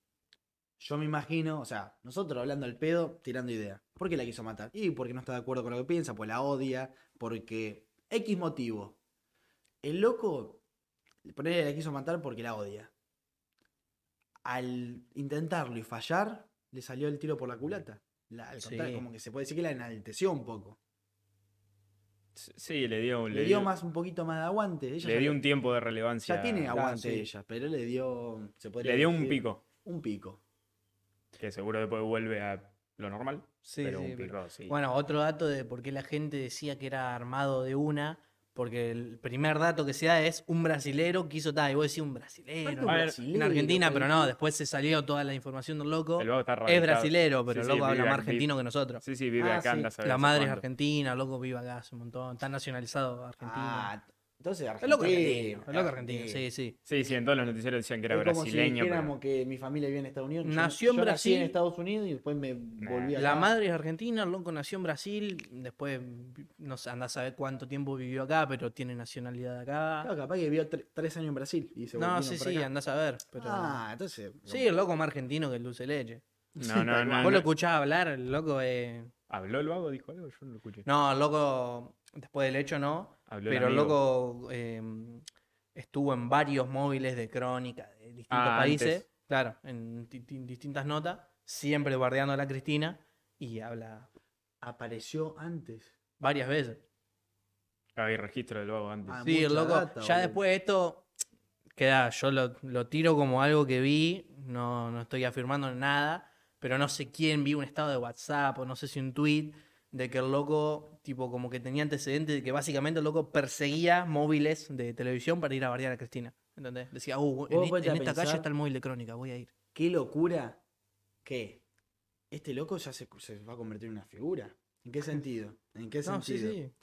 S4: Yo me imagino, o sea, nosotros hablando al pedo, tirando ideas. ¿Por qué la quiso matar? Y porque no está de acuerdo con lo que piensa, pues la odia, porque X motivo. El loco, ponele, la quiso matar porque la odia. Al intentarlo y fallar, le salió el tiro por la culata. La- al
S3: Sí.
S4: contrario, como que se puede decir que la enalteció un poco.
S1: Sí, le dio,
S4: Le, dio, más un poquito más de aguante. Ella
S1: le
S4: ya-
S1: dio un tiempo de relevancia.
S4: Ya tiene
S1: Claro,
S4: aguante
S1: Ah, sí.
S4: ella, pero le dio. Se podría
S1: Le dio un
S4: decir,
S1: pico,
S4: Un pico.
S1: que seguro después vuelve a lo normal.
S3: Sí,
S1: pero
S3: sí,
S1: un
S3: pero-
S1: pico, sí.
S3: Bueno, otro dato de por qué la gente decía que era armado de una, porque el primer dato que se da es un brasilero quiso tal, y vos decís un brasilero.
S1: A ver,
S3: En Argentina, pero no, después se salió toda la información del loco.
S1: El vago está
S3: Es
S1: radicado.
S3: brasilero, pero
S1: Sí,
S3: el
S1: sí,
S3: loco habla
S1: vive
S3: más
S1: aquí.
S3: argentino que nosotros.
S1: Sí, sí, vive
S4: Ah,
S1: acá,
S4: sí.
S1: anda a saber
S3: La
S1: hace
S3: madre es
S1: cuánto.
S3: argentina, el loco vive acá hace un montón. Está nacionalizado argentino.
S4: Ah, entonces
S3: el
S4: Argentina. Ah,
S3: loco argentino, el loco argentino, sí, sí.
S1: Sí, sí, en todos los noticieros decían que era
S4: Es como si
S1: brasileño. pero-
S4: dijéramos que mi familia vive en Estados Unidos. yo-
S3: Nació en
S4: yo nací en
S3: Brasil.
S4: Estados Unidos y después me volví a
S3: La madre es argentina, el loco nació en Brasil, después vi- no sé, andá a saber cuánto tiempo vivió acá, pero tiene nacionalidad acá.
S4: Claro, capaz que vivió tre- tres años en Brasil y se
S3: no,
S4: volvieron
S3: sí,
S4: para
S3: sí,
S4: acá.
S3: andás a ver. Pero...
S4: Ah, entonces.
S3: sí, el loco más argentino que el dulce de leche.
S1: No, no, no.
S3: Vos lo
S1: no.
S3: escuchás hablar, el loco eh...
S1: ¿Habló el vago? ¿Dijo algo? Yo no lo escuché.
S3: No, el loco, después del hecho no,
S1: Habló
S3: pero el
S1: amigo.
S3: loco eh, estuvo en varios móviles de crónica de distintos
S1: Ah,
S3: países,
S1: antes.
S3: claro, en di- di- distintas notas, siempre bardeando a la Cristina y habla
S4: Apareció antes.
S3: varias veces.
S1: Hay registro del vago antes.
S4: Ah,
S3: Sí, el
S4: mucha
S3: loco.
S4: data,
S3: ya
S4: boludo.
S3: después esto queda, yo lo, lo tiro como algo que vi, no, no estoy afirmando nada, pero no sé quién vi un estado de WhatsApp o no sé si un tweet de que el loco, tipo, como que tenía antecedentes de que básicamente el loco perseguía móviles de televisión para ir a bardear a Cristina. ¿Entendés? Decía, uh, en,
S4: Vos
S3: i-
S4: ponete
S3: en
S4: a
S3: esta calle
S4: pensar-
S3: está el móvil de crónica, voy a ir.
S4: Qué locura que este loco ya se, se va a convertir en una figura. ¿En qué sentido? ¿En qué
S3: No, sí,
S4: sentido?
S3: sí.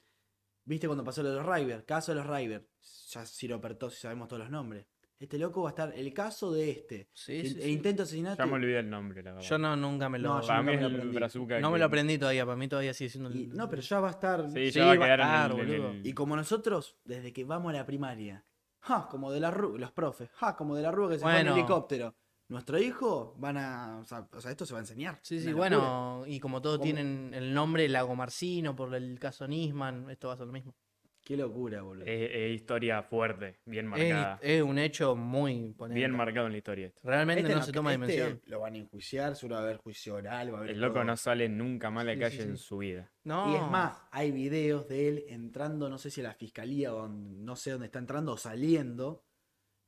S4: ¿Viste cuando pasó lo de los River? Caso de los River. Ya siropertosis, sabemos todos los nombres. Este loco va a estar. El caso de este.
S3: Sí,
S4: el,
S3: sí,
S4: el
S3: sí.
S4: intento de asesinato.
S1: Ya me olvidé el nombre, la verdad.
S3: Yo no, nunca me lo.
S4: No, yo
S1: Para mí
S4: nunca
S1: es
S4: me lo
S1: el
S4: aprendí.
S1: brazuca.
S3: no me
S1: que-
S3: lo aprendí todavía, para mí todavía sigue siendo. el-
S4: y- no, pero ya va a estar.
S1: Sí,
S3: Sí,
S1: ya va a
S3: va a
S1: quedar
S3: estar,
S1: en, el- en
S3: boludo.
S1: el.
S4: Y como nosotros, desde que vamos a la primaria, ja, como de la Rú- los profes, ja, como de la rúa que se fue
S3: Bueno.
S4: en helicóptero. Nuestro hijo van a. O sea, o sea, esto se va a enseñar.
S3: Sí, sí,
S4: Una locura.
S3: bueno, y como todos
S4: ¿Cómo?
S3: tienen el nombre Lago Marcino por el caso Nisman, esto va a ser lo mismo.
S4: Qué locura, boludo.
S3: Eh,
S1: Es, es historia fuerte, bien
S3: Es,
S1: marcada.
S3: es un hecho muy ponente.
S1: bien marcado en la historia esto.
S3: Realmente
S4: Este
S3: no,
S4: no-
S3: se toma
S4: este
S3: dimensión.
S4: Lo van a enjuiciar, seguro va a haber juicio oral, va a haber.
S1: El loco
S4: todo.
S1: no sale nunca más a la
S3: Sí, sí,
S1: calle
S3: sí.
S1: en su vida.
S3: No.
S4: Y
S1: Oh.
S4: es más, hay videos de él entrando, no sé si a la fiscalía o en- no sé dónde está entrando o saliendo,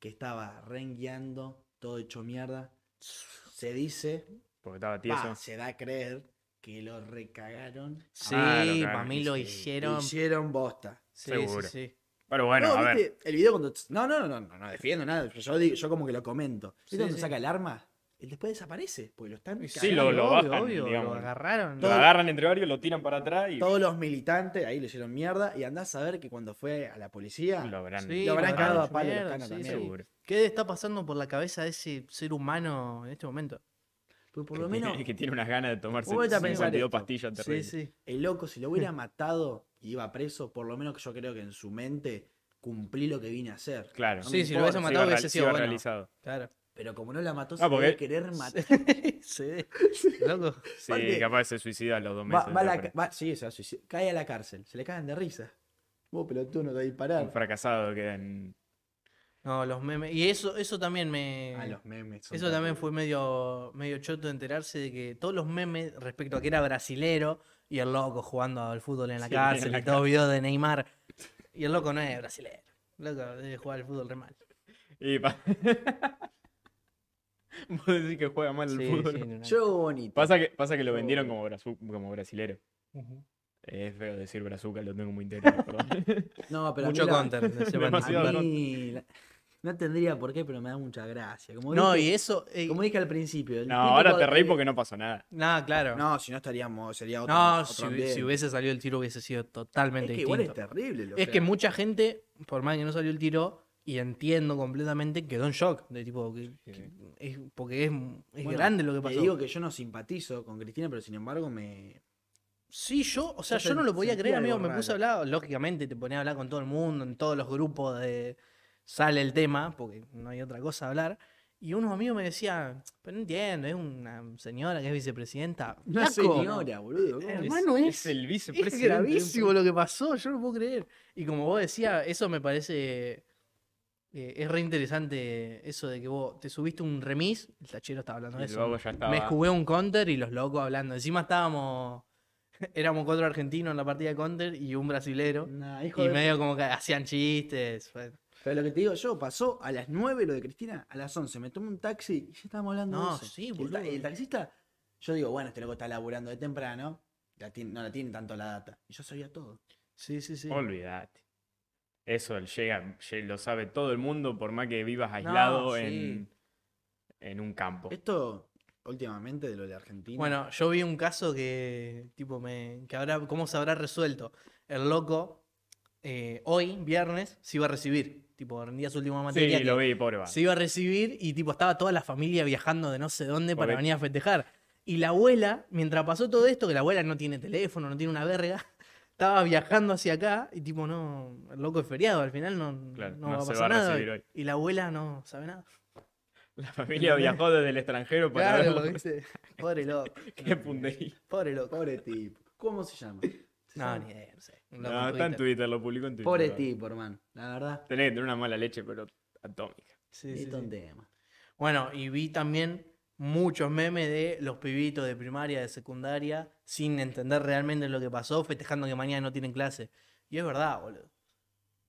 S4: que estaba rengueando, todo hecho mierda. Se dice,
S1: Porque estaba tieso.
S4: bah, se da a creer que lo recagaron. eh,
S3: Sí,
S1: Ah, lo cagaron,
S3: para mí lo
S1: sí.
S3: hicieron. Sí,
S4: Hicieron bosta.
S3: sí,
S1: Seguro.
S3: sí.
S1: Pero bueno,
S4: No,
S1: a ver.
S4: ¿viste? El video cuando. No, no, no, no, no defiendo nada. Yo, digo- yo como que lo comento. ¿Viste
S3: Sí,
S4: cuando
S3: sí.
S4: saca el arma? Él después desaparece, porque lo están.
S3: Y
S1: Sí,
S4: cagando.
S1: lo- lo
S3: obvio,
S1: bajan,
S3: obvio,
S1: digamos.
S3: Lo agarraron.
S1: Lo agarran entre varios, lo tiran para atrás y
S4: Todos los militantes ahí le hicieron mierda. Y andás a ver que cuando fue a la policía.
S1: lo habrán.
S3: Sí,
S4: lo habrán
S3: lo
S4: cagado a
S3: hecho
S4: palo, lo
S3: mierda,
S4: están a la
S3: sí,
S4: mierda.
S3: sí.
S1: Seguro.
S3: ¿Qué debe estar pasando por la cabeza de ese ser humano en este momento?
S4: Pues por
S1: que
S4: lo
S1: tiene-
S4: menos
S1: que tiene unas ganas de tomarse
S4: Vos vete a pensar
S1: 52
S4: esto.
S1: pastillas
S3: Sí,
S1: terribles.
S3: sí.
S4: el loco, si lo hubiera matado y iba preso, por lo menos que yo creo que en su mente cumplí lo que vine a hacer.
S1: Claro.
S3: Sí, si lo
S4: importa,
S3: hubiese
S1: Se
S3: matado
S1: iba
S3: hubiese
S1: real-
S3: sido
S1: se iba
S3: bueno.
S1: realizado.
S3: Claro.
S4: Pero como no la mató,
S1: Ah,
S4: se
S1: porque-
S4: debe querer matar.
S3: sí. Loco.
S1: Sí,
S4: Aparte-
S1: capaz se suicida a los dos meses.
S4: Va, va a
S1: de
S4: la
S1: la
S4: ca- va- sí, se va a suicidar. cae a la cárcel. Se le cagan de risa. Vos, pelotudo, no te vas a
S1: Un
S4: disparar.
S1: fracasado queda en.
S3: No, los memes. Y eso, eso también me.
S4: Ah, los memes. son
S3: Eso también
S4: terribles.
S3: fue medio, medio choto enterarse de que todos los memes respecto a que era brasilero y el loco jugando al fútbol en la
S1: Sí, en
S3: cárcel
S1: la
S3: y todos videos de Neymar. Y el loco no es brasilero. El loco debe jugar al fútbol re mal.
S1: Y pa- Vos decís que juega mal el
S3: Sí,
S1: fútbol.
S3: sí, no, no.
S4: Yo bonito.
S1: Pasa que, pasa que lo
S4: Yo-
S1: vendieron como, brazu- como brasilero.
S3: Ujú.
S1: Es feo decir brazuca, lo tengo muy interior, perdón.
S4: No, pero a mí
S3: Mucho
S4: la-
S3: counter. se van a
S1: Demasiado
S4: A
S3: entender.
S4: mí la- no tendría por qué, pero me da mucha gracia. Como
S3: No,
S4: dije,
S3: y eso. eh,
S4: como dije al principio. el
S1: No,
S4: típico
S1: ahora te reí
S4: de-
S1: porque no pasó nada.
S3: nada, claro. No,
S4: No, si no estaríamos, sería otro. otro
S3: si, hubi-
S4: ambiente.
S3: si hubiese salido el tiro hubiese sido
S4: Es
S3: totalmente
S4: que igual es
S3: distinto.
S4: terrible. lo
S3: Es
S4: sea.
S3: que mucha gente, por más que no salió el tiro, y entiendo completamente, quedó en shock. De tipo, que- que- es- porque es, es
S4: Bueno,
S3: grande lo que pasó.
S4: Te digo que yo no simpatizo con Cristina, pero sin embargo me.
S3: Sí, yo, o sea,
S4: Yo
S3: yo no
S4: sen-
S3: lo podía
S4: sentí
S3: creer,
S4: algo
S3: amigo. Me puse a hablar, lógicamente te ponía a hablar con todo el mundo, en todos los grupos de sale el tema, porque no hay otra cosa a hablar. Y unos amigos me decían, pero no entiendo, es una señora que es vicepresidenta.
S4: Una
S3: Flaco,
S4: señora, boludo.
S3: Eh,
S4: ¿cómo es?
S3: Hermano, es,
S1: Es el vicepresidente.
S3: es
S1: de un
S3: gravísimo
S1: país.
S3: lo que pasó, yo no lo puedo creer. Y como vos decías, eso me parece. eh, es re interesante eso de que vos te subiste un remis, el tachero estaba hablando de
S1: Y
S3: eso.
S1: luego ya estaba.
S3: Me jugué un counter y los locos hablando. Encima estábamos éramos cuatro argentinos en la partida de Counter y un brasilero.
S4: Nah, hijo
S3: Y
S4: de-
S3: medio como que hacían chistes. fue-
S4: Pero lo que te digo yo, pasó a las 9 lo de Cristina, a las 11. Me tomé un taxi y ya estábamos hablando de
S3: No,
S4: eso.
S3: sí,
S4: Y el ta-
S3: boludo. eh.
S4: Y el, taxista, yo digo, bueno, este loco está laburando de temprano, la tiene- no la tiene tanto la data. Y yo sabía todo.
S3: Sí, sí, sí.
S1: Olvídate. Eso llega, lle- lo sabe todo el mundo, por más que vivas aislado
S3: sí.
S1: en, en un campo.
S4: Esto, últimamente, de lo de Argentina.
S3: Bueno, yo vi un caso que, tipo, me, que habrá, ¿cómo se habrá resuelto? El loco, eh, hoy, viernes, se iba a recibir. Tipo, rendía su última
S1: Sí,
S3: materia. que
S1: lo vi, pobre va.
S3: Se iba a recibir y, tipo, estaba toda la familia viajando de no sé dónde para
S1: Pobre-
S3: venir a festejar. Y la abuela, mientras pasó todo esto, que la abuela no tiene teléfono, no tiene una verga, estaba viajando hacia acá y, tipo, no. El loco es feriado, al final no,
S1: Claro,
S3: no
S1: no
S3: va a
S1: se
S3: pasar
S1: va a
S3: nada.
S1: recibir hoy.
S3: Y la abuela no sabe nada.
S1: La familia viajó desde el extranjero para
S3: Claro,
S1: ver
S3: ¿viste? Pobre loco.
S1: qué puntería.
S3: Pobre loco.
S4: Pobre tipo. ¿Cómo se llama? ¿Se
S3: No,
S4: llama?
S3: ni idea, no sé. Un loco
S1: No,
S3: en
S1: está en
S3: Twitter.
S1: Twitter, lo publicó en Twitter.
S4: Pobre
S1: va.
S4: tipo, hermano. La verdad,
S1: Tenés que tener una mala leche, pero atómica.
S3: Sí, sí,
S4: esto es un
S3: sí.
S4: tema.
S3: Bueno, y vi también muchos memes de los pibitos de primaria, de secundaria, sin entender realmente lo que pasó, festejando que mañana no tienen clase. Y es verdad, boludo.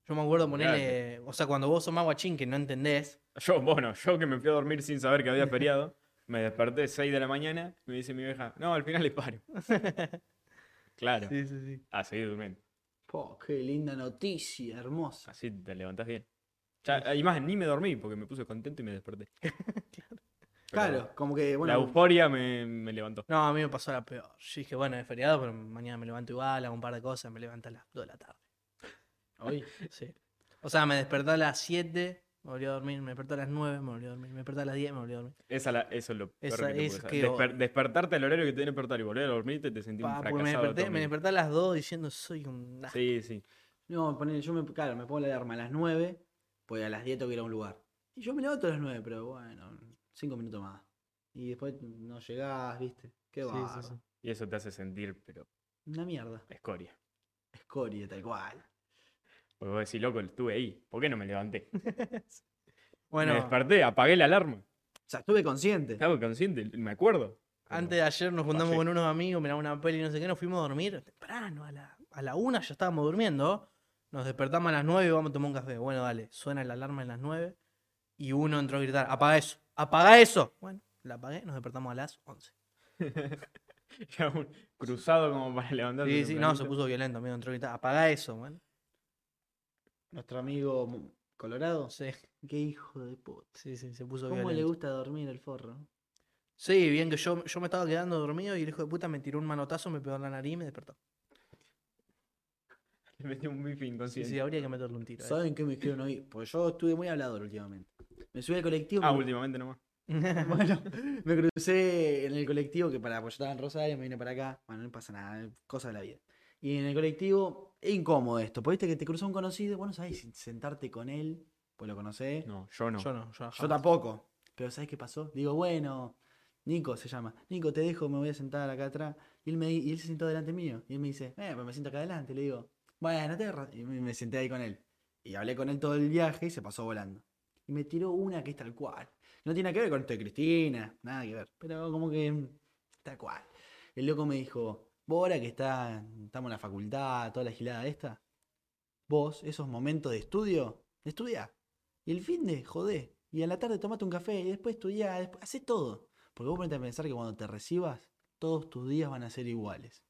S3: Yo me acuerdo ponerle. O sea, cuando vos sos más guachín que no entendés.
S1: Yo, bueno, yo que me fui a dormir sin saber que había feriado, me desperté 6 de la mañana, me dice mi vieja, no, al final le paro. claro,
S3: Sí, sí, sí.
S1: a seguir durmiendo.
S4: Po, qué linda noticia, hermosa.
S1: Así te levantás bien. Ya, y más, ni me dormí porque me puse contento y me desperté. Pero
S4: Claro, como que, bueno.
S1: la euforia me, me levantó.
S3: No, a mí me pasó la peor. Yo dije, bueno, es feriado, pero mañana me levanto igual, hago un par de cosas, me levanto a las 2 de la tarde.
S4: hoy,
S3: Sí. O sea, me desperté a las 7, me volví a dormir, me desperté a las 9, me volví a dormir, me desperté a las 10, me volví a dormir.
S1: Esa la- eso es lo peor
S3: Esa-
S1: que te
S3: eso
S1: puede
S3: que-
S1: pasar. Desper- despertarte al horario que te que despertar y volver a dormirte, te sentí un
S3: Pa, porque
S1: fracasado.
S3: me desperté,
S1: todo
S3: me
S1: el día.
S3: desperté a las 2 diciendo soy un asco".
S1: Sí, sí.
S4: No, ponele, yo me, claro, me pongo la alarma a las 9, pues a las 10 tengo que ir a un lugar. Y yo me levanto a las 9, pero bueno, 5 minutos más. Y después no llegás, viste. Qué
S3: Sí, sí,
S4: va.
S3: sí.
S1: Y eso te hace sentir, pero
S4: Una mierda.
S1: escoria.
S4: Escoria, tal cual.
S1: Porque vos decís, loco, estuve ahí. ¿Por qué no me levanté?
S3: Bueno,
S1: Me desperté, apagué la alarma.
S4: O sea, estuve consciente.
S1: Estaba consciente, me acuerdo.
S3: antes de ayer nos juntamos
S1: Fallé.
S3: con unos amigos, miramos una peli, no sé qué, nos fuimos a dormir temprano, a la, a la una ya estábamos durmiendo. Nos despertamos a las 9 y vamos a tomar un café. Bueno, dale, suena la alarma a las 9 y uno entró a gritar, apaga eso, apaga eso. Bueno, la apagué, nos despertamos a las 11.
S1: Ya un cruzado como para levantarse.
S3: Sí, sí, no, se
S1: tempranito.
S3: puso violento, amigo, entró a gritar, apaga eso, bueno.
S4: Nuestro amigo Mo- Colorado.
S3: Sí,
S4: Qué hijo de puta.
S3: sí, sí, se puso
S4: ¿Cómo
S3: violento.
S4: le gusta dormir el forro?
S3: Sí, bien que yo, yo me estaba quedando dormido y el hijo de puta me tiró un manotazo, me pegó en la nariz y me despertó.
S1: Le metí un bife
S3: Sí,
S1: inconsciente.
S3: sí, habría que meterle un tiro. eh. a eso.
S4: ¿Saben qué me dijeron hoy? Porque yo estuve muy hablador últimamente. Me subí al colectivo.
S1: Ah,
S4: me-
S1: últimamente nomás.
S4: Bueno, me crucé en el colectivo que para apoyar estaba en Rosario, me vine para acá. Bueno, no pasa nada, eh, cosas de la vida. Y en el colectivo, es incómodo esto. Porque viste que te cruza un conocido, bueno, sabés si sentarte con él, pues lo conocés.
S1: No, yo no.
S3: Yo no, yo,
S4: Yo
S3: jamás.
S4: tampoco. Pero ¿sabés qué pasó? Digo, bueno, Nico se llama. Nico, te dejo, me voy a sentar acá atrás. Y él, me, di- y él se sentó delante mío. Y él me dice, eh, pero me siento acá adelante. Le digo, bueno, te ra-". Y me me senté ahí con él. Y hablé con él todo el viaje y se pasó volando. Y me tiró una que es tal cual. No tiene nada que ver con esto de Cristina, nada que ver. Pero como que mm, tal cual. El loco me dijo, vos ahora que está, estamos en la facultad, toda la gilada esta, vos, esos momentos de estudio, estudia. Y el fin de, jodé. Y a la tarde tomate un café y después estudiá, después, hacé todo. Porque vos ponete a pensar que cuando te recibas, todos tus días van a ser iguales.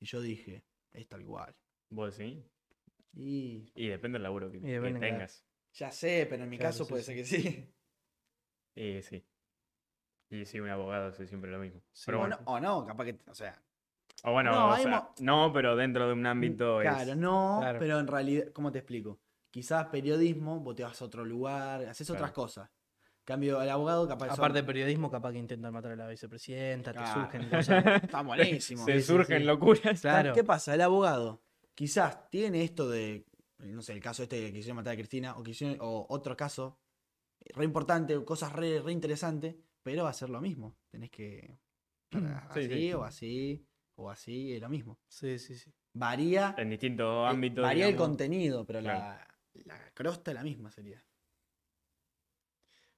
S4: Y yo dije, es tal cual.
S1: Vos sí.
S4: Y
S1: Y depende del laburo que,
S3: Y
S1: que
S3: depende, claro.
S1: tengas.
S4: ya sé, pero en mi
S3: Claro,
S4: caso
S3: sí,
S4: puede
S3: sí.
S4: ser que sí.
S1: Y sí. Y sí, un abogado hace siempre lo mismo.
S3: Sí,
S1: pero
S4: o,
S1: bueno.
S4: no, o no, capaz que, o sea,
S1: O bueno,
S4: No,
S1: o
S4: hay
S1: sea,
S4: mo-
S1: no, pero dentro de un ámbito
S4: mm, Claro,
S1: es.
S4: no,
S3: Mm, Claro.
S4: pero en realidad, ¿cómo te explico? Quizás periodismo, vos te vas a otro lugar, haces otras
S1: Claro.
S4: cosas. Cambio al abogado, capaz son-
S3: Aparte de periodismo, capaz que intentan matar a la vicepresidenta, te
S4: Claro.
S3: surgen cosas.
S4: está buenísimo.
S1: Se
S3: Sí, sí,
S1: surgen
S3: sí.
S1: locuras.
S3: Claro.
S4: ¿Qué pasa? El abogado quizás tiene esto de, no sé, el caso este que quisieron matar a Cristina, o, quisieron, o otro caso re importante, cosas re, re interesantes, pero va a ser lo mismo. Tenés que estar
S1: Sí,
S4: así,
S1: sí.
S4: o así, o así, es lo mismo.
S3: Sí, sí, sí.
S4: Varía,
S1: En distintos
S4: eh,
S1: ámbitos.
S4: varía el
S1: digamos.
S4: contenido, pero la, la crosta es la misma sería.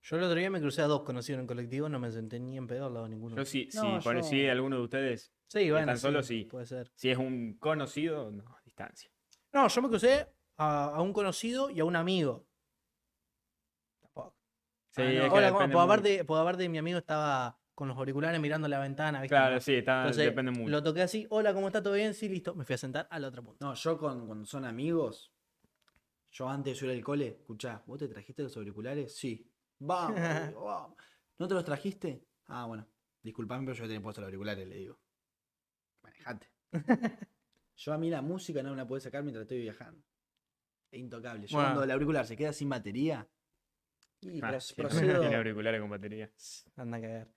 S3: Yo el otro día me crucé a dos conocidos en colectivo, no me senté ni en pedo al lado de ninguno.
S1: Yo sí,
S4: No,
S1: si, pone-
S4: yo-
S1: si alguno de ustedes,
S3: sí, bueno,
S1: tan solo sí.
S3: Puede ser.
S1: si es un conocido, no, distancia.
S3: Ah, No, yo me crucé a, a un conocido y a un amigo. Tampoco.
S1: Sí,
S3: Ah, no,
S1: es que
S3: hola, ¿cómo-
S1: depende
S3: por
S1: mucho.
S3: aparte, por aparte mi amigo estaba con los auriculares mirando la ventana, ¿viste?
S1: Claro, sí, está,
S3: Entonces,
S1: depende mucho.
S3: Lo toqué así, hola, ¿cómo está? ¿Todo bien? Sí, listo. Me fui a sentar al otro punto.
S4: No, yo con, cuando son amigos, yo antes de ir al cole, escuchá, ¿vos te trajiste los auriculares? Sí. Vamos, le digo, vamos. ¿No te los trajiste? Ah, bueno. Disculpame, pero yo tenía puesto los auriculares, le digo. Manejate. yo a mí la música no me la puedo sacar mientras estoy viajando. Es intocable. Yo
S3: Bueno.
S4: cuando el auricular se queda sin batería. Y
S1: Ah,
S4: pros-
S1: sí, no,
S4: procedo.
S1: Tiene auriculares con batería.
S3: Anda a cagar.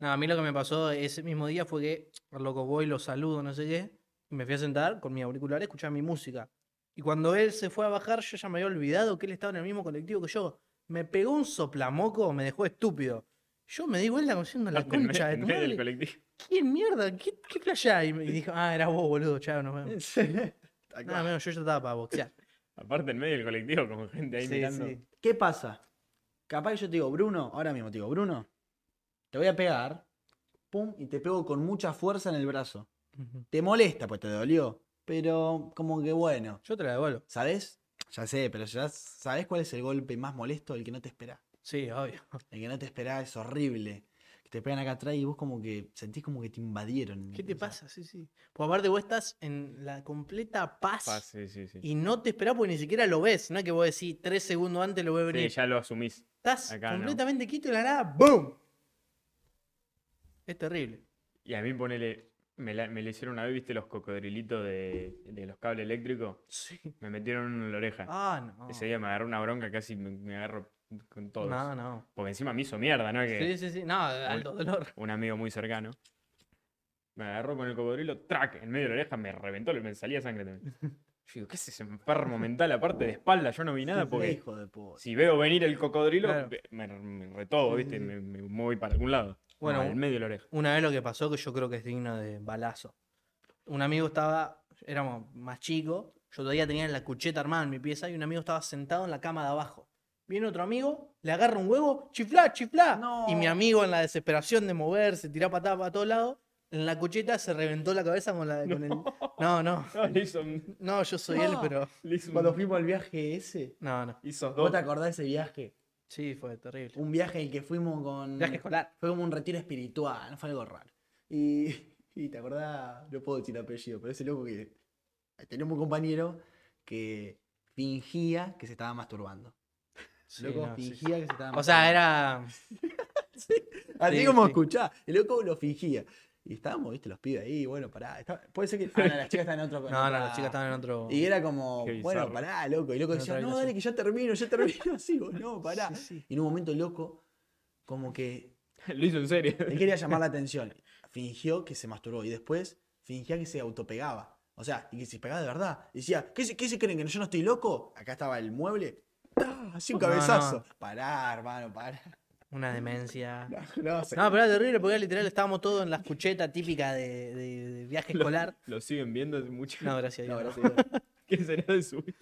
S3: No, a mí lo que me pasó ese mismo día fue que, al loco, voy, lo saludo, no sé qué. Y me fui a sentar con mi auricular a escuchar mi música. Y cuando él se fue a bajar, yo ya me había olvidado que él estaba en el mismo colectivo que yo. Me pegó un soplamoco, me dejó estúpido. Yo me di vuelta como diciendo la
S1: En me-
S3: concha de
S1: en
S3: tu
S1: medio del
S3: madre,
S1: colectivo.
S3: ¿Qué mierda? ¿Qué, qué flashá? Y me y dijo, ah, era vos, boludo, chao, nos vemos.
S4: Tal
S3: No,
S4: cual.
S3: no, yo ya estaba para boxear.
S1: Aparte, en medio del colectivo, con gente ahí
S3: Sí,
S1: mirando.
S3: sí.
S4: ¿Qué pasa? Capaz que yo te digo, Bruno, ahora mismo te digo, Bruno, te voy a pegar, pum, y te pego con mucha fuerza en el brazo.
S3: Ujú.
S4: Te molesta, pues te dolió, pero como que bueno,
S3: Yo te la devuelvo.
S4: ¿sabés? Ya sé, pero ya sabés cuál es el golpe más molesto, el que no te espera.
S3: Sí, obvio.
S4: El que no te espera es horrible. Que te pegan acá atrás y vos como que sentís como que te invadieron.
S3: ¿Qué te
S4: O sea,
S3: pasa? Sí, sí. Pues aparte vos estás en la completa paz,
S1: Ah, sí, sí, sí.
S3: y no te esperás porque ni siquiera lo ves. No es que vos decís tres segundos antes lo voy a
S1: Sí,
S3: venir.
S1: ya lo asumís.
S3: estás
S1: acá no.
S3: completamente quieto y de la nada, ¡boom! Es terrible.
S1: Y a mí, ponele. Me, la- me le hicieron una vez, viste, los cocodrilitos de, de los cables eléctricos.
S3: Sí.
S1: Me metieron uno en la oreja.
S3: Ah, no.
S1: Ese día me agarró una bronca, casi me, me agarro con todos.
S3: No, no.
S1: Porque encima me hizo mierda, ¿no? Que
S3: Sí, sí, sí. No, alto dolor.
S1: Un amigo muy cercano. Me agarró con el cocodrilo, track, en medio de la oreja, me reventó, me salía sangre también. Yo digo, ¿qué es ese enfermo mental? Aparte de espalda, yo no vi nada porque
S4: Hijo de puta.
S1: si veo venir el cocodrilo,
S3: Claro.
S1: me, me retobo,
S3: Sí,
S1: ¿viste?
S3: sí, sí.
S1: Me, me moví para algún lado.
S3: Bueno,
S1: Bueno, en medio de la oreja.
S3: Una vez lo que pasó, que yo creo que es digno de balazo. Un amigo estaba, éramos más chicos, yo todavía tenía la cucheta armada en mi pieza y un amigo estaba sentado en la cama de abajo. Viene otro amigo, le agarra un huevo, chiflá, chiflá.
S4: No.
S3: Y mi amigo en la desesperación de moverse, tirar patada para todos lados, en la cucheta se reventó la cabeza con, la, con el... No, no,
S1: No, le hizo, un-
S3: no, yo soy él,
S4: No.
S3: pero...
S1: le hizo un-
S4: Cuando fuimos al viaje ese,
S3: No, no.
S1: hizo dos.
S4: ¿vos te acordás de ese viaje?
S3: Sí, fue terrible.
S4: Un viaje en el que fuimos con...
S3: Viaje escolar.
S4: Fue como un retiro espiritual, fue algo raro. Y, y te acordás, no puedo decir apellido, pero ese loco que tenemos un compañero que fingía que se estaba masturbando.
S3: Sí,
S4: loco
S3: no, sí,
S4: fingía
S3: sí.
S4: que se estaba masturbando.
S3: O sea, era...
S4: Así
S3: sí,
S4: como
S3: sí.
S4: escuchá, el loco lo fingía. Y estábamos, viste, los pibes ahí, bueno, pará. está- puede ser que. Ah, no, las chicas estaban en otro. en
S3: No, no,
S4: otra-
S3: las chicas estaban en otro...
S4: Y era como,
S1: Qué
S4: bueno,
S1: bizarro.
S4: pará, loco. Y loco
S3: En
S4: decía,
S3: otra
S4: no, dale, que ya termino, ya termino así, vos, no, pará.
S3: Sí, sí.
S4: Y en un momento, el loco, como que
S1: Lo hizo en serio.
S4: Él quería llamar la atención. Fingió que se masturbó y después fingía que se autopegaba. O sea, y que se pegaba de verdad. Y decía, ¿qué se, qué se creen? ¿Que yo no estoy loco? Acá estaba el mueble. ¡Ah! Así un
S3: No,
S4: cabezazo. Pará, hermano, pará.
S3: Una demencia.
S4: No, no, se-
S3: No, pero era terrible porque literal estábamos todos en la escucheta típica de, de- de viaje
S1: Lo,
S3: escolar.
S1: lo siguen viendo hace mucho.
S3: No, gracias a
S4: No,
S3: Dios.
S4: gracias a Dios.
S1: ¿Qué será de su vida?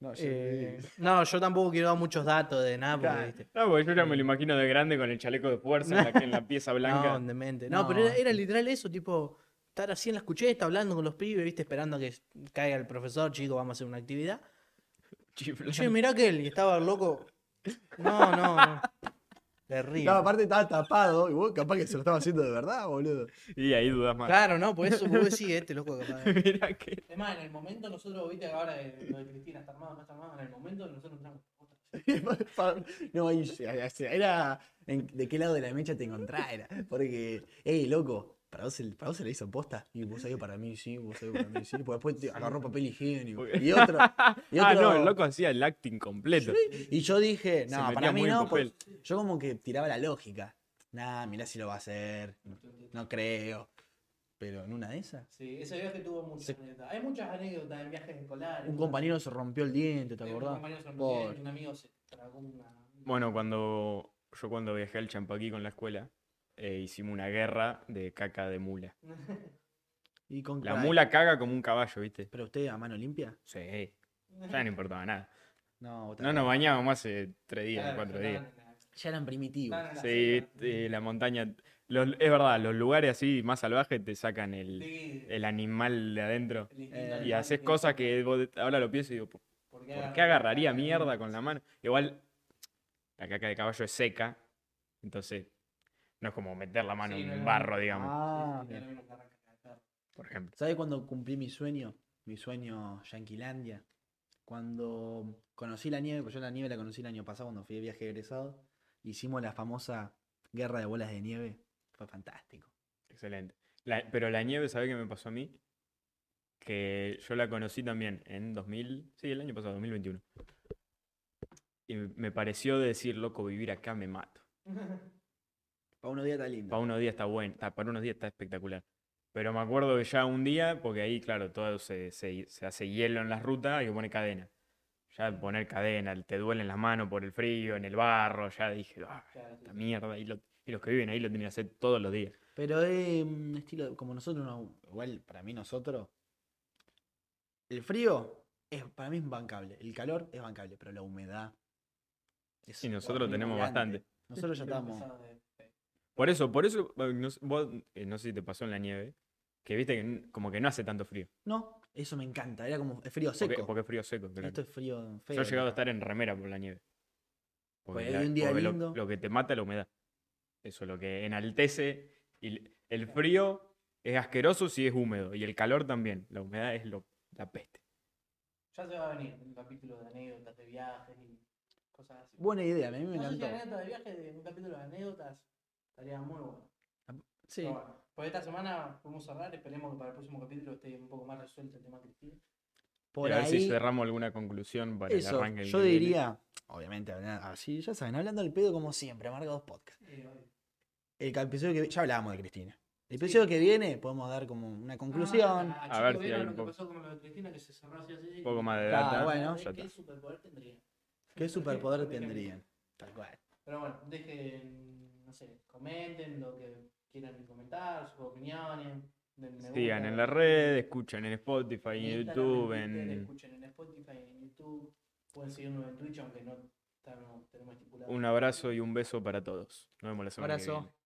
S4: No, yo-
S3: Eh, no, yo tampoco quiero dar muchos datos de nada porque,
S4: Claro.
S3: viste.
S1: No, porque yo ya me lo imagino de grmente con el chaleco de fuerza en la, en la pieza blanca.
S3: No, demente. No, pero era, era literal eso, tipo, estar así en la escucheta, hablando con los pibes, viste, esperando a que caiga el profesor, chico, vamos a hacer una actividad.
S1: chiflando.
S3: Che, mirá que él, y estaba el loco. No, no, no. Terrible.
S4: No, aparte estaba tapado y vos capaz que se lo estaba haciendo de verdad, boludo.
S1: Y ahí dudas más.
S3: Claro, no, por eso vos decís, este loco capaz.
S1: Mirá que
S3: Además, en el momento nosotros, viste, ahora eh, lo de Cristina está armado, no está armado, en el momento nosotros entramos.
S4: no, y- era en- de qué lado de la mecha te encontrás, era. Porque, hey, loco, para vos, el- para vos se le hizo posta. Y vos sabés que para mí sí, vos sabés que para mí sí. Porque después te agarró papel higiénico. Y otro. Y otro
S1: Ah, no, el loco hacía el acting completo.
S4: Y yo dije,
S1: Se
S4: no,
S1: metía
S4: para mí
S1: muy en
S4: no. pues.
S1: papel.
S4: porque yo como que tiraba la lógica. Nah, mirá si lo va a hacer. No creo. Pero en una de esas.
S3: Sí, ese viaje tuvo muchas
S4: Sí.
S3: anécdotas. Hay muchas anécdotas en viajes escolares.
S4: Un compañero se rompió el diente, ¿te
S3: un
S4: acordás?
S3: compañero se rompió
S4: Pobre.
S3: el diente, un amigo se tragó una.
S1: Bueno, cuando yo cuando viajé al Champaquí con la escuela, eh, hicimos una guerra de caca de mula.
S4: Y con
S1: La
S4: caray.
S1: mula caga como un caballo, ¿viste?
S4: ¿Pero usted a mano limpia?
S1: Sí. Ya no importaba nada.
S4: No, vos te
S1: No nos bañábamos hace tres días,
S3: Claro,
S1: cuatro
S3: yo
S1: días.
S3: estaba en la-
S4: ya eran primitivos.
S1: Sí, eh, la montaña. los- es verdad, los lugares así más salvajes te sacan el, el animal de adentro. Y haces cosas que vos de- ahora lo pienso y digo, ¿por por qué agarraría mierda con la mano? Igual, la caca de caballo es seca, entonces no es como meter la mano
S3: Sí,
S1: en
S3: no,
S1: un
S3: no.
S1: barro, digamos,
S4: Ah,
S1: por ejemplo.
S4: ¿Sabes cuándo cumplí mi sueño? Mi sueño Yanquilandia. Cuando conocí la nieve, porque yo la nieve la conocí el año pasado cuando fui de viaje egresado. Hicimos la famosa guerra de bolas de nieve. Fue fantástico.
S1: Excelente. La- pero la nieve, ¿sabés qué me pasó a mí? Que yo la conocí también en 2000, sí, el año pasado, 2021. Y me- me pareció de decir, loco, vivir acá me mato.
S4: Para unos días está lindo.
S1: Para unos días está bueno, está- para unos días está espectacular. Pero me acuerdo que ya un día, porque ahí, claro, todo se, se- se hace hielo en las rutas y que pone cadena. Ya poner cadena, te duelen las manos por el frío, en el barro, ya dije, "Ah, esta mierda. Y, lo- y los que viven ahí lo tienen que hacer todos los días.
S4: Pero es un estilo, como nosotros, no- igual para mí nosotros, el frío es para mí es bancable, el calor es bancable, pero la humedad es
S1: Y nosotros
S4: horrible,
S1: tenemos
S4: gigante.
S1: bastante.
S4: Nosotros ya estamos...
S1: Por eso, por eso, eh, no, sé- vos, eh, no sé si te pasó en la nieve, que viste que n- como que no hace tanto frío.
S4: No, eso me encanta, era como es frío
S1: Porque,
S4: seco.
S1: porque es frío seco. claro.
S4: Esto es frío feo.
S1: Yo he llegado a estar en remera por la nieve.
S4: Pues hay un día
S1: porque lo-
S4: lindo.
S1: Lo, que te mata es la humedad. Eso, lo que enaltece. Y l- el frío es asqueroso si es húmedo. Y el calor también. La humedad es lo, la peste.
S3: Ya se va a venir un capítulo de anécdotas de viajes y cosas así.
S4: Buena idea, a mí me
S3: no sé si
S4: encantó.
S3: anécdotas de viajes, de un capítulo de anécdotas estaría muy bueno.
S4: Sí,
S3: Pero bueno, por esta semana podemos cerrar, esperemos que para el próximo capítulo esté un poco más resuelto el tema Cristina.
S4: por
S1: y a ver si
S4: ahí...
S1: cerramos alguna conclusión para el
S4: Eso,
S1: arranque. del
S4: yo
S1: nivel.
S4: diría, obviamente, habla- así, ya saben, hablando al pedo como siempre, amarga dos podcasts.
S3: Eh,
S4: El cap- episodio que ya hablábamos de Cristina. El episodio que viene podemos dar como una conclusión.
S3: Ah,
S1: A
S3: chicos,
S1: ver si
S3: ¿vieron
S1: hay
S3: lo
S1: un
S3: que
S1: poco-
S3: pasó con lo de Cristina que se cerró así así?
S1: Un poco más de
S4: Claro,
S1: data.
S4: Ah, bueno.
S1: ya está.
S3: ¿Qué superpoder tendría?
S4: ¿Qué superpoder
S3: Déjenme-
S4: tendrían? Tal cual.
S3: Pero bueno, dejen, no sé, comenten lo que quieran comentar, sus opiniones. den me
S1: Sigan
S3: gusta.
S1: en la red, escuchan en Spotify, en
S3: Instagram,
S1: YouTube,
S3: Twitter,
S1: en
S3: Escuchen en Spotify, en YouTube. Pueden seguirnos en Twitch, aunque no estamos- tenemos estipulado.
S1: un abrazo y un beso para todos. Nos vemos la semana que
S4: Abrazo.
S1: viene.